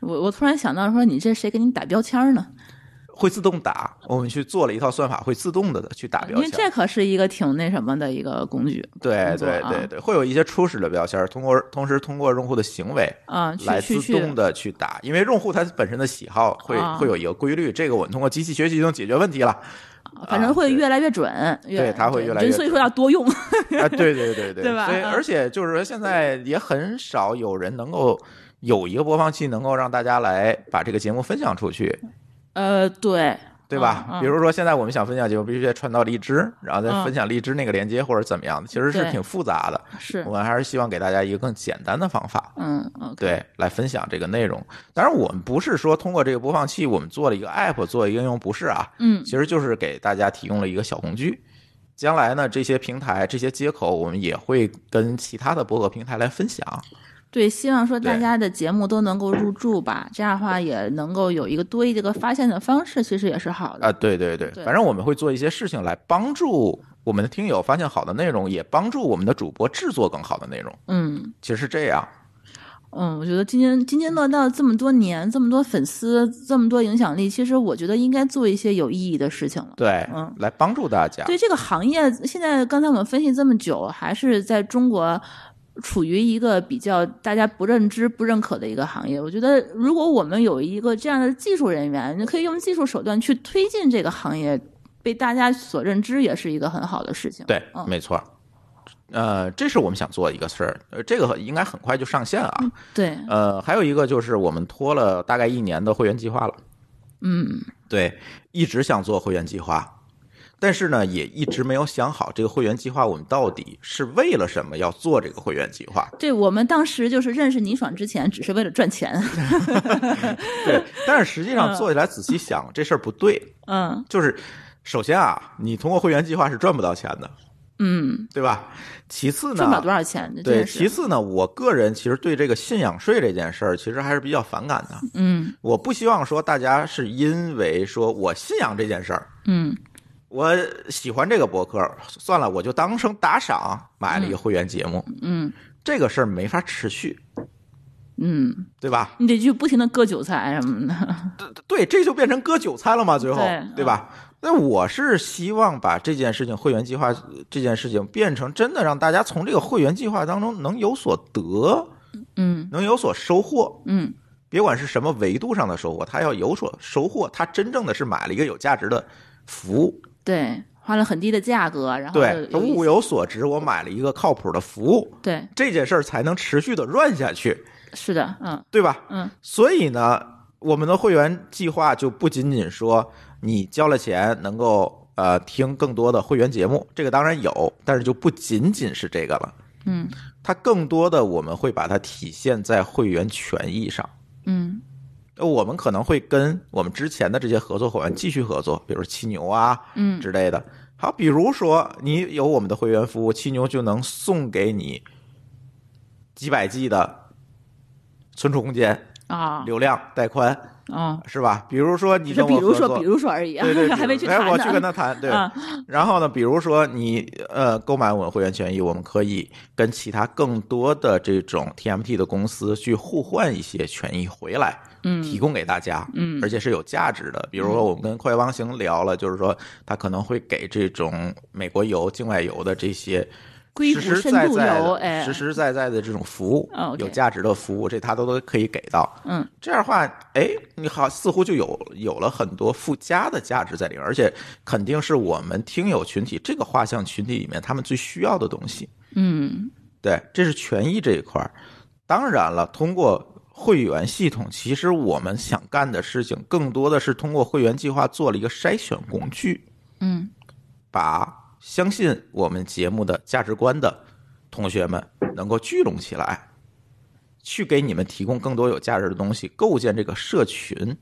S2: 我我突然想到说，你这谁给你打标签呢？
S1: 会自动打。我们去做了一套算法，会自动的去打
S2: 啊因
S1: 标
S2: 为
S1: 签。
S2: 这可是一个挺那什么的一个工具
S1: 对
S2: 工作
S1: 对
S2: 啊
S1: 对对，会有一些初始的标签，通过同时通过用户的行为。
S2: 啊，去
S1: 来自
S2: 去去
S1: 动的去打，因为用户他本身的喜好会
S2: 啊
S1: 会有一个规律，这个我们通过机器学习就能解决问题 了。
S2: 反正
S1: 啊
S2: 会
S1: 对
S2: 越来越准，
S1: 对
S2: 越
S1: 它会越来越
S2: 所以
S1: 准
S2: 说要多用。
S1: 啊，对对对对，
S2: 对吧
S1: 所以
S2: 嗯
S1: 而且就是说，现在也很少有人能够有一个播放器能够让大家来把这个节目分享出去。
S2: 呃，对，
S1: 对吧？
S2: 嗯嗯
S1: 比如说现在我们想分享节目，必须得串到荔枝，然后再
S2: 嗯
S1: 分享荔枝那个链接或者怎么样的，其实是
S2: 对
S1: 挺复杂的。
S2: 是
S1: 我，们还是希望给大家一个更简单的方法，
S2: 嗯，OK，
S1: 对，来分享这个内容。当然，我们不是说通过这个播放器，我们做了一个 app，做一个应用，不是啊，
S2: 嗯
S1: 其实就是给大家提供了一个小工具。将来呢，这些平台、这些接口，我们也会跟其他的博客平台来分享。
S2: 对，希望说大
S1: 对
S2: 家的节目都能够入驻吧，这样的话也能够有一个多一个发现的方式，其实也是好的。
S1: 啊，对对对，
S2: 对
S1: 反正我们会做一些事情来帮助我们的听友发现好的内容，也帮助我们的主播制作更好的内容。
S2: 嗯
S1: 其实是这样，
S2: 嗯，我觉得津津津津乐道这么多年，这么多粉丝，这么多影响力，其实我觉得应该做一些有意义的事情了。
S1: 对，
S2: 嗯
S1: 来帮助大家。
S2: 对这个行业，现在刚才我们分析这么久，还是在中国处于一个比较大家不认知、不认可的一个行业。我觉得，如果我们有一个这样的技术人员，你可以用技术手段去推进这个行业，被大家所认知，也是一个很好的事情。
S1: 对，
S2: 嗯
S1: 没错。呃，这是我们想做的一个事儿，呃，这个应该很快就上线
S2: 嗯
S1: 啊。
S2: 对，
S1: 呃，还有一个就是我们拖了大概一年的会员计划了，
S2: 嗯
S1: 对，一直想做会员计划，但是呢，也一直没有想好这个会员计划我们到底是为了什么要做这个会员计划。
S2: 对，我们当时就是认识倪爽之前，只是为了赚钱。
S1: 对，但是实际上
S2: 嗯
S1: 做起来仔细想，这事儿不对。
S2: 嗯
S1: 就是首先啊，你通过会员计划是赚不到钱的，
S2: 嗯，
S1: 对吧？其次
S2: 赚不了
S1: 呢
S2: 多，少钱，这
S1: 对，
S2: 真
S1: 其
S2: 是。
S1: 次呢，我个人其实对这个信仰税这件事儿，其实还是比较反感 的。
S2: 嗯
S1: 我不希望说大家是因为说我信仰这件事儿，
S2: 嗯
S1: 我喜欢这个博客，算了，我就当成打赏买了一个会员节目，
S2: 嗯
S1: 这个事儿没法持续，
S2: 嗯，
S1: 对吧？
S2: 你得去不停的割韭菜什么的。
S1: 对，这就变成割韭菜了嘛，最后
S2: 对嗯
S1: 对吧？那我是希望把这件事情，会员计划呃这件事情变成真的让大家从这个会员计划当中能有所得，
S2: 嗯
S1: 能有所收获。
S2: 嗯。
S1: 别管是什么维度上的收获，他要有所收获，他真正的是买了一个有价值的服务，
S2: 对，花了很低的价格，然后
S1: 对他
S2: 哦有一
S1: 物有所值，我买了一个靠谱的服务，
S2: 对，
S1: 这件事儿才能持续的 run 下去，
S2: 是的，嗯
S1: 对吧？
S2: 嗯
S1: 所以呢，我们的会员计划就不仅仅说你交了钱能够呃听更多的会员节目，这个当然有，但是就不仅仅是这个了。
S2: 嗯
S1: 它更多的我们会把它体现在会员权益上。
S2: 嗯
S1: 呃我们可能会跟我们之前的这些合作伙伴继续合作，比如七牛啊
S2: 嗯
S1: 之类的。好，比如说你有我们的会员服务，七牛就能送给你几百 G 的存储空间、
S2: 啊
S1: 流量、带宽，
S2: 啊，
S1: 是吧？比如说你
S2: 就
S1: 跟
S2: 比
S1: 我
S2: 如
S1: 合作，
S2: 说比如说而已啊
S1: 对 对，，
S2: 还没去
S1: 哎
S2: 谈呢。
S1: 我去跟他谈，对。
S2: 啊
S1: 然后呢，比如说你呃购买我们会员权益，我们可以跟其他更多的这种 TMT 的公司去互换一些权益回来，
S2: 嗯
S1: 提供给大家，
S2: 嗯
S1: 而且是有价值的。比如说我们跟快汪行聊了，就是说他可能会给这种美国游、境外游的这些。实
S2: 硅谷
S1: 实
S2: 深
S1: 在
S2: 度
S1: 在
S2: 游
S1: 的、
S2: 哎
S1: 实实在在的这种服务，
S2: 哦，OK
S1: 有价值的服务，这他都都可以给到。
S2: 嗯
S1: 这样的话，哎，你好，似乎就有有了很多附加的价值在里面，而且肯定是我们听友群体这个画像群体里面他们最需要的东西。
S2: 嗯
S1: 对，这是权益这一块儿。当然了，通过会员系统，其实我们想干的事情更多的是通过会员计划做了一个筛选工具，
S2: 嗯
S1: 把相信我们节目的价值观的同学们能够聚拢起来，去给你们提供更多有价值的东西，构建这个社群。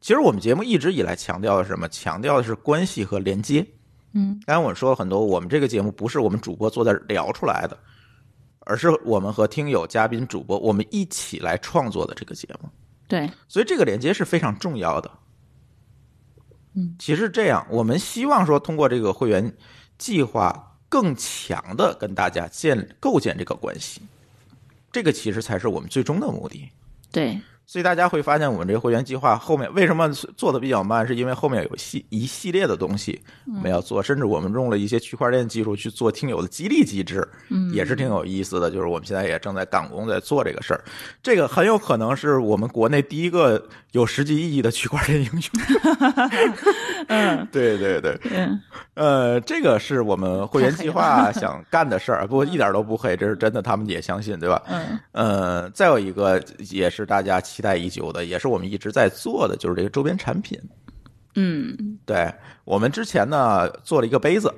S1: 其实我们节目一直以来强调的是什么？强调的是关系和连接。
S2: 嗯，
S1: 刚才我说了很多，我们这个节目不是我们主播坐在这儿聊出来的，而是我们和听友、嘉宾、主播我们一起来创作的这个节目。
S2: 对，
S1: 所以这个连接是非常重要的。
S2: 嗯，
S1: 其实这样，我们希望说通过这个会员计划，更强的跟大家建构建这个关系，这个其实才是我们最终的目的。
S2: 对，
S1: 所以大家会发现，我们这个会员计划后面为什么做的比较慢，是因为后面有系一系列的东西
S2: 嗯
S1: 我们要做，甚至我们用了一些区块链技术去做听友的激励机制，
S2: 嗯
S1: 也是挺有意思的。就是我们现在也正在赶工在做这个事儿，这个很有可能是我们国内第一个有实际意义的区块链应用。
S2: 嗯
S1: 对对对，
S2: 嗯
S1: 呃，这个是我们会员计
S2: 太
S1: 划想干的事儿，不过一点都不黑，这是真的，他们也相信，对吧？
S2: 嗯
S1: 呃，再有一个也是大家期期待已久的，也是我们一直在做的，就是这个周边产品。
S2: 嗯
S1: 对我们之前呢做了一个杯子，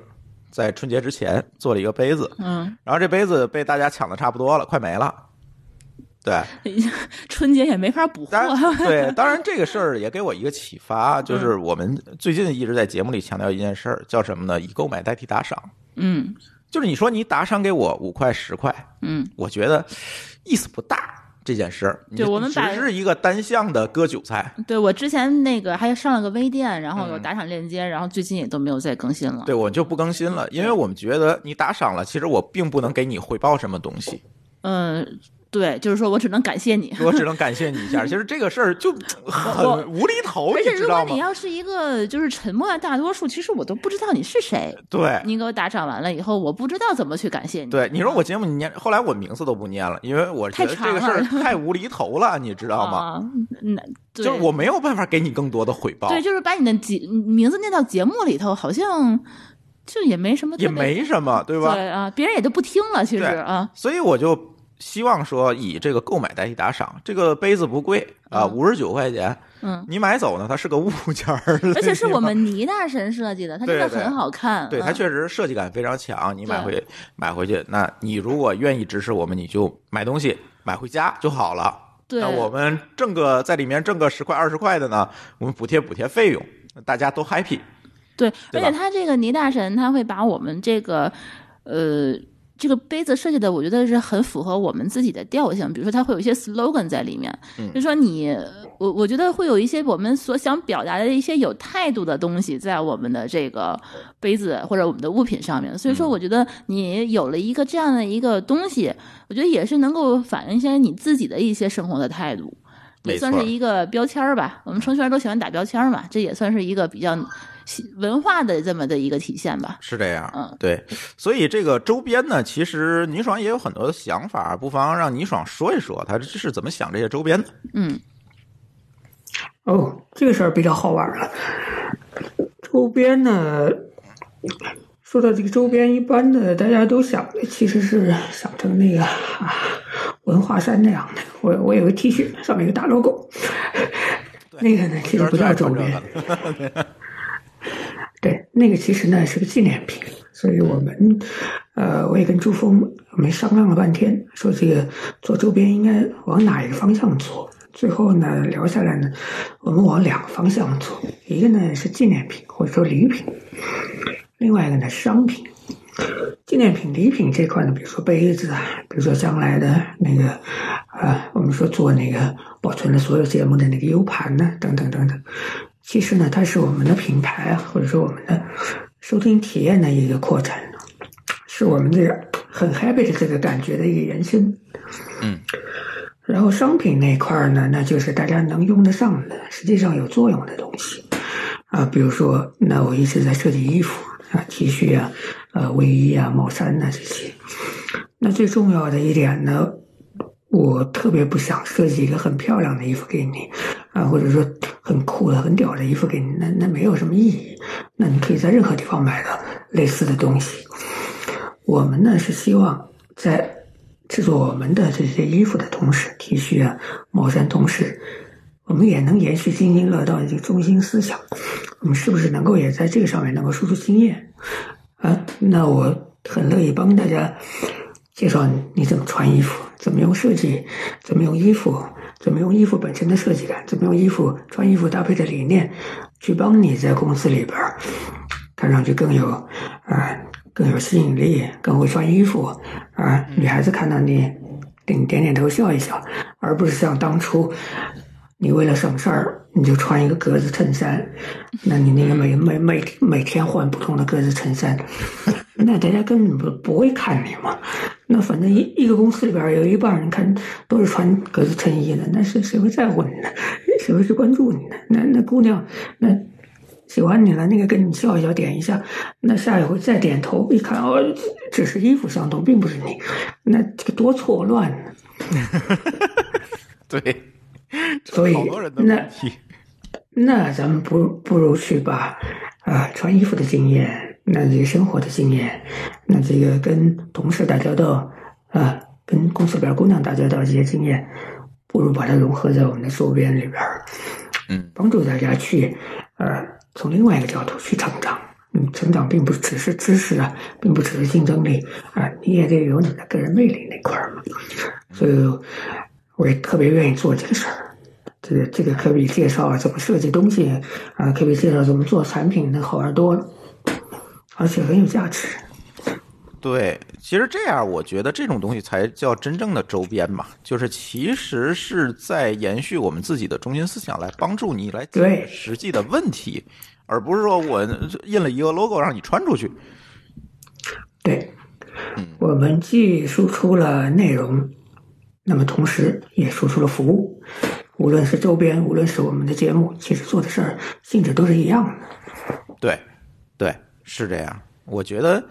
S1: 在春节之前做了一个杯子，
S2: 嗯，
S1: 然后这杯子被大家抢的差不多了，快没了。对，
S2: 春节也没法补货
S1: 当。然对，当然这个事儿也给我一个启发，
S2: 嗯
S1: 就是我们最近一直在节目里强调一件事儿，叫什么呢？以购买代替打赏。
S2: 嗯
S1: 就是你说你打赏给我五块十块，
S2: 嗯，
S1: 我觉得意思不大。这件事儿，你
S2: 对我们把
S1: 只是一个单向的割韭菜。
S2: 对我之前那个还上了个微店，然后有打赏链接，然后最近也都没有再更新了。
S1: 嗯对我就不更新了，因为我们觉得你打赏了，其实我并不能给你回报什么东西，
S2: 嗯，对，就是说我只能感谢你。
S1: 我只能感谢你一下。其实这个事儿就很无厘头，
S2: 而且
S1: 知
S2: 如果
S1: 道
S2: 你
S1: 吗？
S2: 要是一个就是沉默的大多数，其实我都不知道你是谁。
S1: 对
S2: 你给我打赏完了以后，我不知道怎么去感谢你。
S1: 对，你说我节目你念，后来我名字都不念了，因为我觉得这个事儿
S2: 太
S1: 太无厘头了，你知道吗？
S2: 啊，那对
S1: 就是我没有办法给你更多的回报，
S2: 对，就是把你的节嗯名字念到节目里头，好像就也没什么特
S1: 也
S2: 别
S1: 没什么，对
S2: 对
S1: 吧？
S2: 啊，别人也都不听了，其实
S1: 对
S2: 啊，
S1: 所以我就希望说，以这个购买代替打赏，这个杯子不贵啊，
S2: 嗯
S1: 五十九块钱，
S2: 嗯，
S1: 你买走呢，它是个物件儿，
S2: 而且是我们倪大神设计的，它真的
S1: 对对
S2: 很好 看，
S1: 对
S2: 嗯
S1: 它确实设计感非常强。你买
S2: 对
S1: 回买回去，那你如果愿意支持我们，你就买东西买回家就好了。
S2: 对
S1: 那我们挣个在里面挣个十块二十块的呢，我们补贴补贴费用，大家都 happy。
S2: 对，
S1: 对
S2: 而
S1: 吧
S2: 且他这个倪大神，他会把我们这个，呃，这个杯子设计的，我觉得是很符合我们自己的调性。比如说，它会有一些 slogan 在里面，
S1: 嗯
S2: 就说你，我我觉得会有一些我们所想表达的一些有态度的东西在我们的这个杯子或者我们的物品上面。所以
S1: 嗯
S2: 说，我觉得你有了一个这样的一个东西，我觉得也是能够反映一些你自己的一些生活的态度。也
S1: 没
S2: 算
S1: 错
S2: 是一个标签儿吧。我们程序员都喜欢打标签儿嘛，这也算是一个比较喜文化的这么的一个体现吧。
S1: 是这样，
S2: 嗯
S1: 对，所以这个周边呢，其实倪爽也有很多的想法，不妨让倪爽说一说他是怎么想这些周边的。
S2: 嗯
S3: 哦，这个事儿比较好玩儿了。周边呢，说到这个周边，一般的大家都想的其实是想成那个、啊、文化衫那样的。我我有个 T 恤，上面有个大 logo，那个呢其实不叫周边。
S1: 这个
S3: 对，那个其实呢是个纪念品，所以我们，呃，我也跟朱峰我们商量了半天，说这个做周边应该往哪一个方向做。最后呢，聊下来呢，我们往两个方向做，一个呢是纪念品或者说礼品，另外一个呢是商品。纪念品、礼品这块呢，比如说杯子啊，比如说将来的那个，呃，我们说做那个保存了所有节目的那个 U 盘呢，等等等等。其实呢，它是我们的品牌啊，或者说我们的收听体验的一个扩展，是我们这个很 happy 的这个感觉的一个延伸。
S1: 嗯。
S3: 然后商品那一块儿呢，那就是大家能用得上的，实际上有作用的东西。啊，比如说，那我一直在设计衣服啊、T 恤啊、呃、卫衣啊、帽衫呐、这些。那最重要的一点呢，我特别不想设计一个很漂亮的衣服给你，啊，或者说很酷的、很屌的衣服给你，那那没有什么意义。那你可以在任何地方买到类似的东西。我们呢是希望在制作我们的这些衣服的同时，T 恤啊、帽衫同时，我们也能延续津津乐道的这个中心思想。我们是不是能够也在这个上面能够输出经验啊？那我很乐意帮大家介绍你怎么穿衣服，怎么用设计，怎么用衣服，怎么用衣服本身的设计感，怎么用衣服穿衣服搭配的理念，去帮你在公司里边儿看上去更有啊、更有吸引力，更会穿衣服啊、女孩子看到你点点点头笑一笑，而不是像当初你为了省事儿，你就穿一个格子衬衫，那你那个每每每每天换不同的格子衬衫，那大家根本不不会看你嘛。那反正一一个公司里边儿有一半人看都是穿格子衬衣的，那是谁会在乎你呢？谁会去关注你呢？那那姑娘，那喜欢你了，那个跟你笑一笑，点一下，那下一回再点头一看，哦，只是衣服相同，并不是你，那这个多错乱呢。
S1: 对，
S3: 所以
S1: 好多人的
S3: 那
S1: 问题。
S3: 那咱们不不如去把啊、穿衣服的经验，那这个生活的经验，那这个跟同事打交道啊、跟公司里边姑娘打交道这些经验，不如把它融合在我们的周边里边儿，
S1: 嗯
S3: 帮助大家去呃从另外一个角度去成长。嗯，成长并不只是知识啊，并不只是竞争力啊，你也得有你的个人魅力那块儿嘛。所以，我也特别愿意做这个事儿。这个这个可比介绍怎么设计东西啊，可比介绍怎么做产品那好玩多了，而且很有价值。
S1: 对，其实这样，我觉得这种东西才叫真正的周边嘛，就是其实是在延续我们自己的中心思想，来帮助你来解决
S3: 对
S1: 实际的问题，而不是说我印了一个 logo 让你穿出去。
S3: 对，我们既输出了内容，那么同时也输出了服务。无论是周边，无论是我们的节目，其实做的事儿性质都是一样的。
S1: 对，对，是这样。我觉得，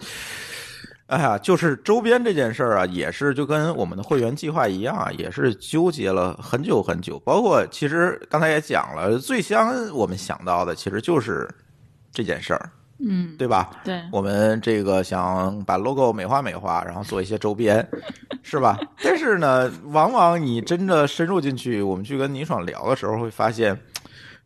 S1: 哎呀，就是周边这件事儿啊，也是就跟我们的会员计划一样啊，也是纠结了很久很久。包括其实刚才也讲了，最先我们想到的其实就是这件事儿，
S2: 嗯，
S1: 对吧？
S2: 对，
S1: 我们这个想把 logo 美化美化，然后做一些周边，是吧？但是呢，往往你真的深入进去，我们去跟倪爽聊的时候，会发现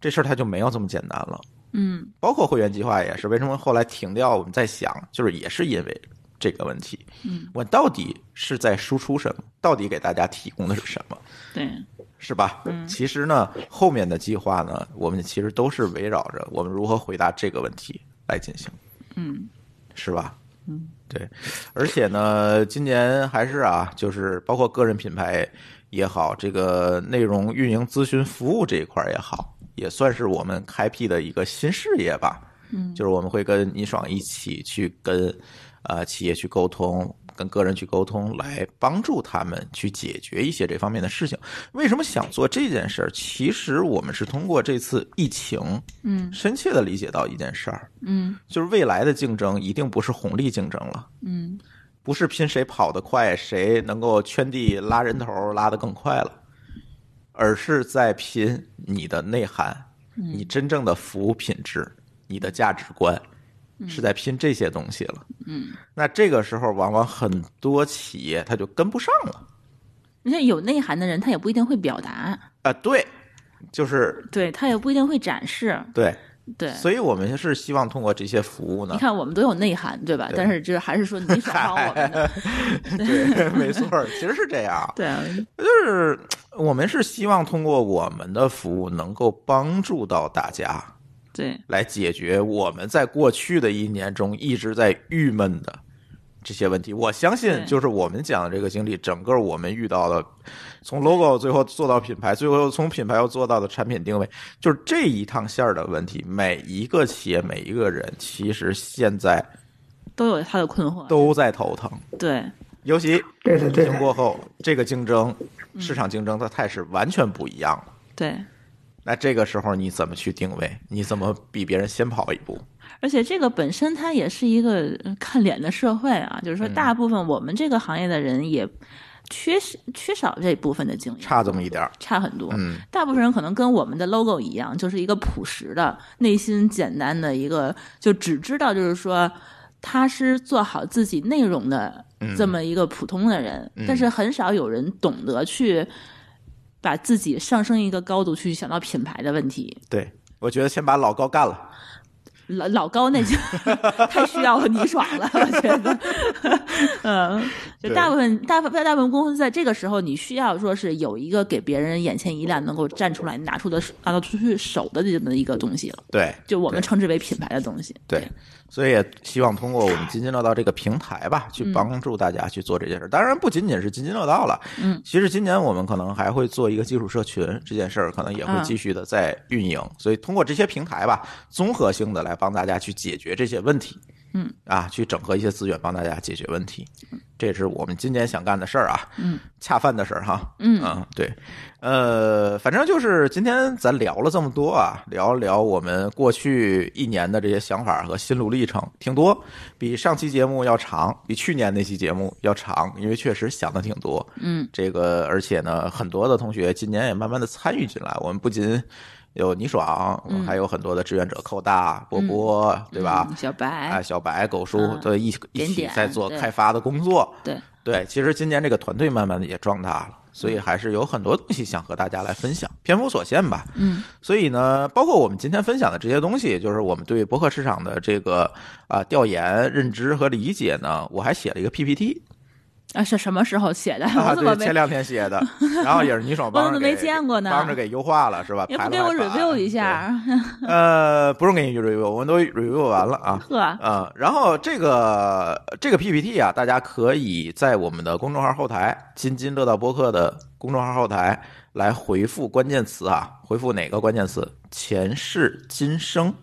S1: 这事儿它就没有这么简单了。
S2: 嗯
S1: 包括会员计划也是，为什么后来停掉？我们在想，就是也是因为这个问题，
S2: 嗯，
S1: 我到底是在输出什么？到底给大家提供的是什么？
S2: 对，
S1: 是吧？其实呢，后面的计划呢，我们其实都是围绕着我们如何回答这个问题来进行。
S2: 嗯
S1: 是吧？嗯，对，而且呢，今年还是啊，就是包括个人品牌也好，这个内容运营咨询服务这一块儿也好，也算是我们开辟的一个新事业吧。
S2: 嗯
S1: 就是我们会跟倪爽一起去跟呃企业去沟通，跟个人去沟通，来帮助他们去解决一些这方面的事情。为什么想做这件事儿？其实我们是通过这次疫情，
S2: 嗯
S1: 深切的理解到一件事儿，
S2: 嗯
S1: 就是未来的竞争一定不是红利竞争了，
S2: 嗯
S1: 不是拼谁跑得快，谁能够圈地拉人头拉得更快了，而是在拼你的内涵，
S2: 嗯
S1: 你真正的服务品质，你的价值观，是在拼这些东西了。
S2: 嗯，
S1: 那这个时候，往往很多企业它就跟不上了
S2: 而且有内涵的人，他也不一定会表达，
S1: 啊、对，就是
S2: 对他也不一定会展示，
S1: 对，
S2: 对。
S1: 所以我们是希望通过这些服务呢
S2: 你，看，我们都有内涵，对吧？
S1: 对
S2: 但是这还是说你爽好我们的，
S1: 对， 没错儿，其实是这样。
S2: 对啊，
S1: 就是我们是希望通过我们的服务能够帮助到大家，
S2: 对，
S1: 来解决我们在过去的一年中一直在郁闷的这些问题。我相信，
S2: 对
S1: 就是我们讲的这个经历，整个我们遇到的，从 logo 最后做到品牌，最后又从品牌又做到的产品定位，就是这一趟线儿的问题。每一个企业，每一个人，其实现在
S2: 都有他的困惑，
S1: 都在头疼，
S2: 对，
S1: 尤其
S3: 对的，
S1: 疫
S3: 对
S1: 情
S3: 的，
S1: 过后，这个竞争、市场竞争的态势完全不一样了。
S2: 对。
S1: 那这个时候你怎么去定位？你怎么比别人先跑一步？
S2: 而且这个本身它也是一个呃看脸的社会啊，就是说大部分我们这个行业的人也缺少缺少这部分的经验，
S1: 差这么一点儿，
S2: 差很多。
S1: 嗯，
S2: 大部分人可能跟我们的 logo 一样，就是一个朴实的、内心简单的一个，就只知道就是说他是做好自己内容的这么一个普通的人，但是很少有人懂得去把自己上升一个高度去想到品牌的问题。
S1: 对，我觉得先把老高干了。
S2: 老老高那就 太需要倪爽了，我觉得，嗯，就
S1: 对
S2: 大部分大部分大部分公司在这个时候，你需要说是有一个给别人眼前一亮，能够站出来拿出的拿到出去手的这么一个东西了，
S1: 对，
S2: 就我们称之为品牌的东西。
S1: 对，所以也希望通过我们津津乐道这个平台
S2: 嗯
S1: 吧，去帮助大家去做这件事。当然，不仅仅是津津乐道了，
S2: 嗯，
S1: 其实今年我们可能还会做一个技术社群，这件事儿可能也会
S2: 嗯
S1: 继续的在运营。所以通过这些平台吧，综合性的来帮大家去解决这些问题，
S2: 嗯，
S1: 啊，去整合一些资源帮大家解决问题，这是我们今年想干的事儿啊，
S2: 嗯，
S1: 恰饭的事儿哈，
S2: 嗯
S1: 啊，对，呃，反正就是今天咱聊了这么多啊，聊一聊我们过去一年的这些想法和心路历程，挺多，比上期节目要长，比去年那期节目要长，因为确实想的挺多。
S2: 嗯
S1: 这个而且呢，很多的同学今年也慢慢的参与进来，我们不仅。有倪爽，
S2: 嗯
S1: 还有很多的志愿者寇大、波波，对吧？
S2: 嗯小
S1: 哎，
S2: 白，
S1: 小白、狗叔
S2: 嗯
S1: 都一起一
S2: 点
S1: 起
S2: 点
S1: 在做
S2: 对
S1: 开发的工作。
S2: 对，
S1: 对，其实今年这个团队慢慢的也壮大了，所
S2: 嗯
S1: 以还是有很多东西想和大家来分享，篇幅所限吧。
S2: 嗯
S1: 所以呢，包括我们今天分享的这些东西，也就是我们对博客市场的这个啊、调研、认知和理解呢，我还写了一个 PPT
S2: 啊，是什么时候写的？
S1: 啊，
S2: 我怎
S1: 对
S2: 么，没
S1: 前？两天写 的，然后也是倪爽帮
S2: 我
S1: 着
S2: 怎么没
S1: 给
S2: 见过呢
S1: 帮着给优化了是吧？
S2: 也
S1: 排
S2: 不
S1: 了
S2: 给我
S1: 排版
S2: review 一下，
S1: 对呃，不用给你 review，我们都 review 完了啊。
S2: 呵，
S1: 嗯，然后这个这个 PPT 啊，大家可以在我们的公众号后台“津津乐道播客”的公众号后台来回复关键词啊，回复哪个关键词“前世今生”，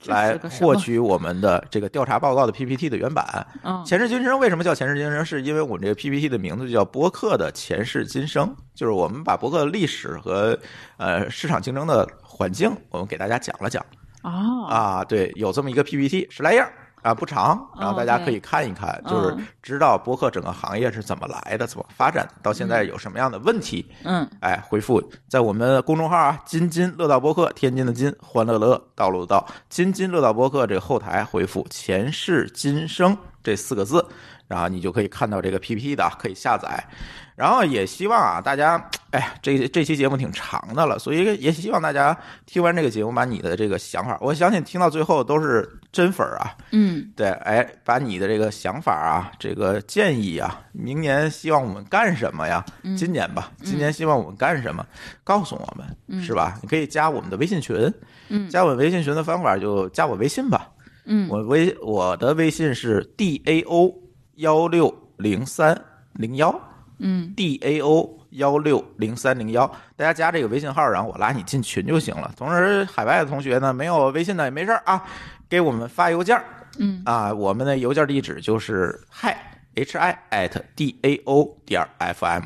S2: 这
S1: 来
S2: 是个什么
S1: 获取我们的这个调查报告的 PPT 的原版。
S2: 嗯，
S1: 前世今生为什么叫前世今生？是因为我们这个 PPT 的名字就叫播客的前世今生，就是我们把播客的历史和呃市场竞争的环境，我们给大家讲了讲。
S2: 哦，
S1: 啊，对，有这么一个 PPT，十来页儿啊，不长，然后
S2: 哦
S1: 大家
S2: 对
S1: 可以看一看，就是
S2: 嗯
S1: 知道播客整个行业是怎么来的，怎么发展的，到现在有什么样的问题。
S2: 嗯，
S1: 哎，回复在我们公众号啊，津津乐道播客，天津的津，欢乐的乐，道路的道，津津乐道播客这个后台回复“前世今生”这四个字，然后你就可以看到这个 PPT 的，啊可以下载。然后也希望啊，大家，哎呀，这这期节目挺长的了，所以也希望大家听完这个节目，把你的这个想法，我相信听到最后都是真粉儿啊，
S2: 嗯，
S1: 对，哎，把你的这个想法啊，这个建议啊，明年希望我们干什么呀？
S2: 嗯
S1: 今年吧，今年希望我们干什么？告诉我们，是吧？你可以加我们的微信群，
S2: 嗯
S1: 加我们微信群的方法就加我微信吧，
S2: 嗯
S1: 我微我的微信是 d a o 幺六零三零幺，
S2: 嗯
S1: ，d a o 幺六零三零幺，大家加这个微信号，然后我拉你进群就行了。同时，海外的同学呢，没有微信的也没事儿啊，给我们发邮件儿。
S2: 嗯
S1: 啊，我们的邮件地址就是 hi h i at d a o 点 f m。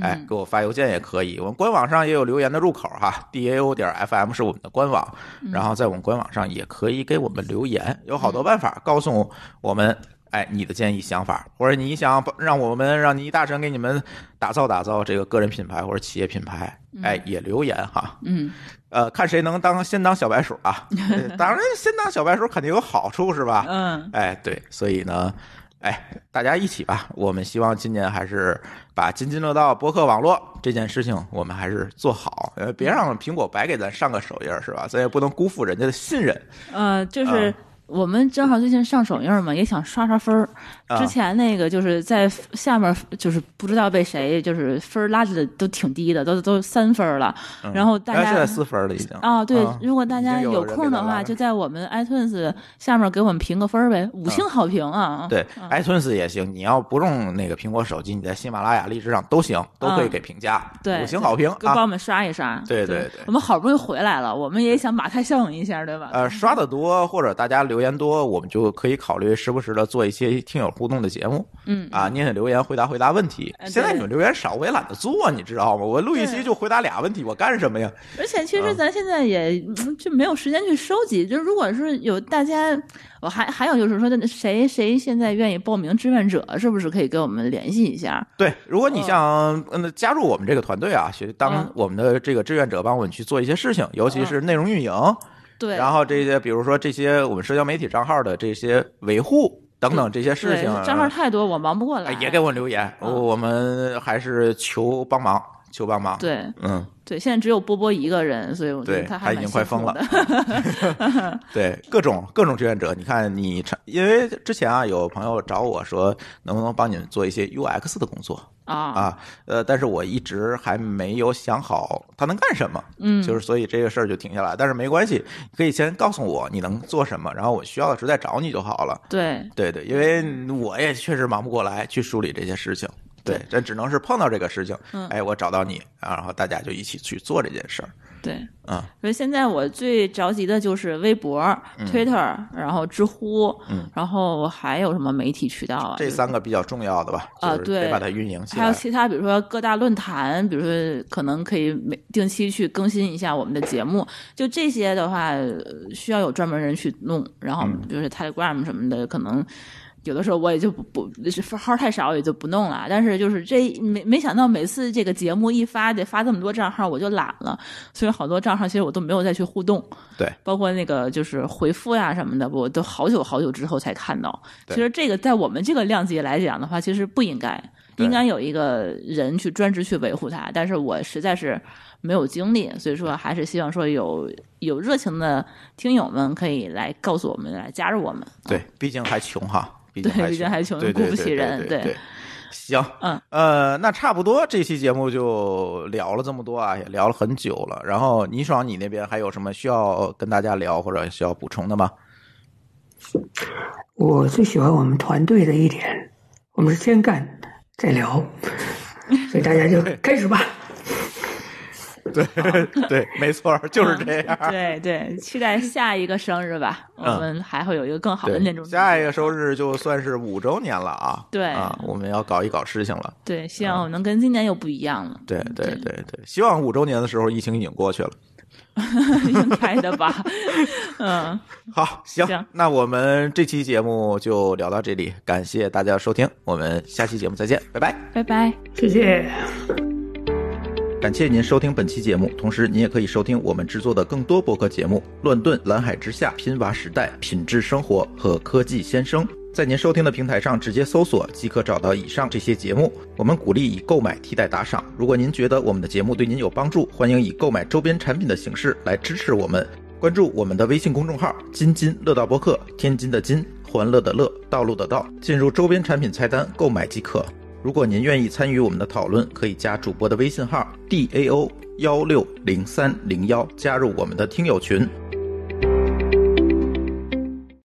S1: 哎，给我发邮件也可以。我们官网上也有留言的入口哈，d a o 点 f m 是我们的官网，然后在我们官网上也可以给我们留言，有好多办法告诉我们，哎，你的建议想法，或者你想让我们让倪大神给你们打造打造这个个人品牌或者企业品牌，哎，也留言哈。
S2: 嗯，
S1: 呃，看谁能当先当小白鼠啊！呃当然，先当小白鼠肯定有好处是吧？
S2: 嗯，
S1: 哎，对，所以呢，哎，大家一起吧。我们希望今年还是把津津乐道博客网络这件事情，我们还是做好，呃，别让苹果白给咱上个手印儿，是吧？咱也不能辜负人家的信任。
S2: 呃，就是
S1: 啊
S2: 我们正好最近上首映嘛，也想刷刷分儿。
S1: 啊
S2: 之前那个就是在下面，就是不知道被谁就是分儿拉的都挺低的，都都三分儿了。然后大
S1: 哎
S2: 家
S1: 现在四分了已经。
S2: 啊，对
S1: 啊，
S2: 如果大
S1: 已
S2: 家
S1: 经有
S2: 有
S1: 人
S2: 空
S1: 给
S2: 的
S1: 咱拉
S2: 话，
S1: 了嗯
S2: 就在我们 iTunes 下面给我们评个分儿呗，五星好评啊。
S1: 对，iTunes 也行，你要不用那个苹果手机，你在喜马拉雅、荔枝上都行，都可以
S2: 嗯
S1: 给评价，
S2: 对，
S1: 五星好评
S2: 给帮
S1: 啊
S2: 我。们刷一刷。
S1: 对对
S2: 对
S1: 对
S2: 我们好不容易回来了，我们也想马太效应一下，对吧？
S1: 呃，刷的多或者大家留言多，我们就可以考虑时不时的做一些听友互动的节目。
S2: 嗯
S1: 啊，念念留言，回答回答问题。
S2: 哎对
S1: 现在你们留言少，我也懒得做，你知道吗？我录一期
S2: 对
S1: 就回答俩问题，我干什么呀？
S2: 而且其
S1: 啊
S2: 实咱现在也、嗯就没有时间去收集，就如果是有大家，我还还有就是说，谁谁现在愿意报名志愿者，是不是可以跟我们联系一下？
S1: 对，如果你想嗯加入我们这个团队啊，去当
S2: 嗯
S1: 我们的这个志愿者，帮我们去做一些事情，尤其是内容运营，
S2: 对，
S1: 然后这些比如说这些我们社交媒体账号的这些维护等等这些事
S2: 嗯对
S1: 情，啊
S2: 账号嗯太多，我忙不过来。
S1: 哎也给我留言，我们还是求帮忙，求帮忙。，
S2: 对
S1: 嗯，
S2: 对，现在只有波波一个人，所以我觉
S1: 对
S2: 得他
S1: 他
S2: 还
S1: 已
S2: 蛮
S1: 经快
S2: 辛
S1: 疯
S2: 苦
S1: 了
S2: 的。
S1: 对，各种各种志愿者，你看你tra- 因为之前啊，有朋友找我说，能不能帮你们做一些 UX 的工作
S2: 啊，
S1: 啊？呃，但是我一直还没有想好他能干什么，
S2: 嗯
S1: 就是所以这个事儿就停下来。但是没关系，可以先告诉我你能做什么，然后我需要的时候再找你就好了。
S2: 对
S1: 对对，因为我也确实忙不过来去梳理这些事情。对，这只能是碰到这个事情，
S2: 嗯
S1: 哎，我找到你，啊然后大家就一起去做这件事儿。
S2: 对。
S1: 嗯，
S2: 所以现在我最着急的就是微博、Twitter，然后知乎，然后还有什么媒体渠道啊？
S1: 嗯这
S2: 就是
S1: 三个比较重要的吧，
S2: 啊
S1: 就是得
S2: 对
S1: 把它运营起来。
S2: 还有其他，比如说各大论坛，比如说可能可以每定期去更新一下我们的节目。就这
S1: 嗯
S2: 些的话，呃需要有专门人去弄。然后就是 Telegram 什么的，可能有的时候我也就不不就是分号太少，也就不弄了。但是就是这没没想到每次这个节目一发得发这么多账号，我就懒了，所以好多账号其实我都没有再去互动。
S1: 对，
S2: 包括那个就是回复呀、什么的，我都好久好久之后才看到。
S1: 对
S2: 其实这个在我们这个量级来讲的话，其实不应该，
S1: 对
S2: 应该有一个人去专职去维护它。但是我实在是没有精力，所以说还是希望说有有热情的听友们可以来告诉我们，来加入我 们。
S1: 对，啊毕竟还穷哈，毕
S2: 对
S1: 还
S2: 毕竟还穷
S1: 对
S2: 雇
S1: 对
S2: 不
S1: 对
S2: 起
S1: 对
S2: 人
S1: 对
S2: 对
S1: 对。行，
S2: 嗯，
S1: 呃，那差不多，这期节目就聊了这么多啊，也聊了很久了。然后倪爽，你那边还有什么需要跟大家聊或者需要补充的吗？
S3: 我最喜欢我们团队的一点，我们是先干再聊，所以大家就开始吧。
S1: 对对，没错，就是
S2: 嗯
S1: 这样。
S2: 对对，期待下一个生日吧，
S1: 嗯
S2: 我们还会有一个更好的
S1: 对
S2: 那种。
S1: 下一个收视就算是五周年了啊！
S2: 对
S1: 啊，我们要搞一搞事情了。
S2: 对，希望我能跟今年又不一样了，
S1: 嗯对对
S2: 嗯
S1: 对对，希望五周年的时候疫情已经过去了。
S2: 应该的吧？ 嗯，
S1: 好，行，
S2: 行
S1: 那我们这期节目就聊到这里，感谢大家的收听，我们下期节目再见，拜拜。
S2: 拜拜。
S3: 谢谢。
S1: 感谢您收听本期节目，同时您也可以收听我们制作的更多播客节目《乱炖》《蓝海之下》《拼娃时代》《品质生活》和《科技先生》。在您收听的平台上直接搜索即可找到以上这些节目。我们鼓励以购买替代打赏。如果您觉得我们的节目对您有帮助，欢迎以购买周边产品的形式来支持我们。关注我们的微信公众号“津津乐道播客”，天津的津，欢乐的乐，道路的道，进入周边产品菜单购买即可。如果您愿意参与我们的讨论，可以加主播的微信号 d a o 幺六零三零幺，加入我们的听友群。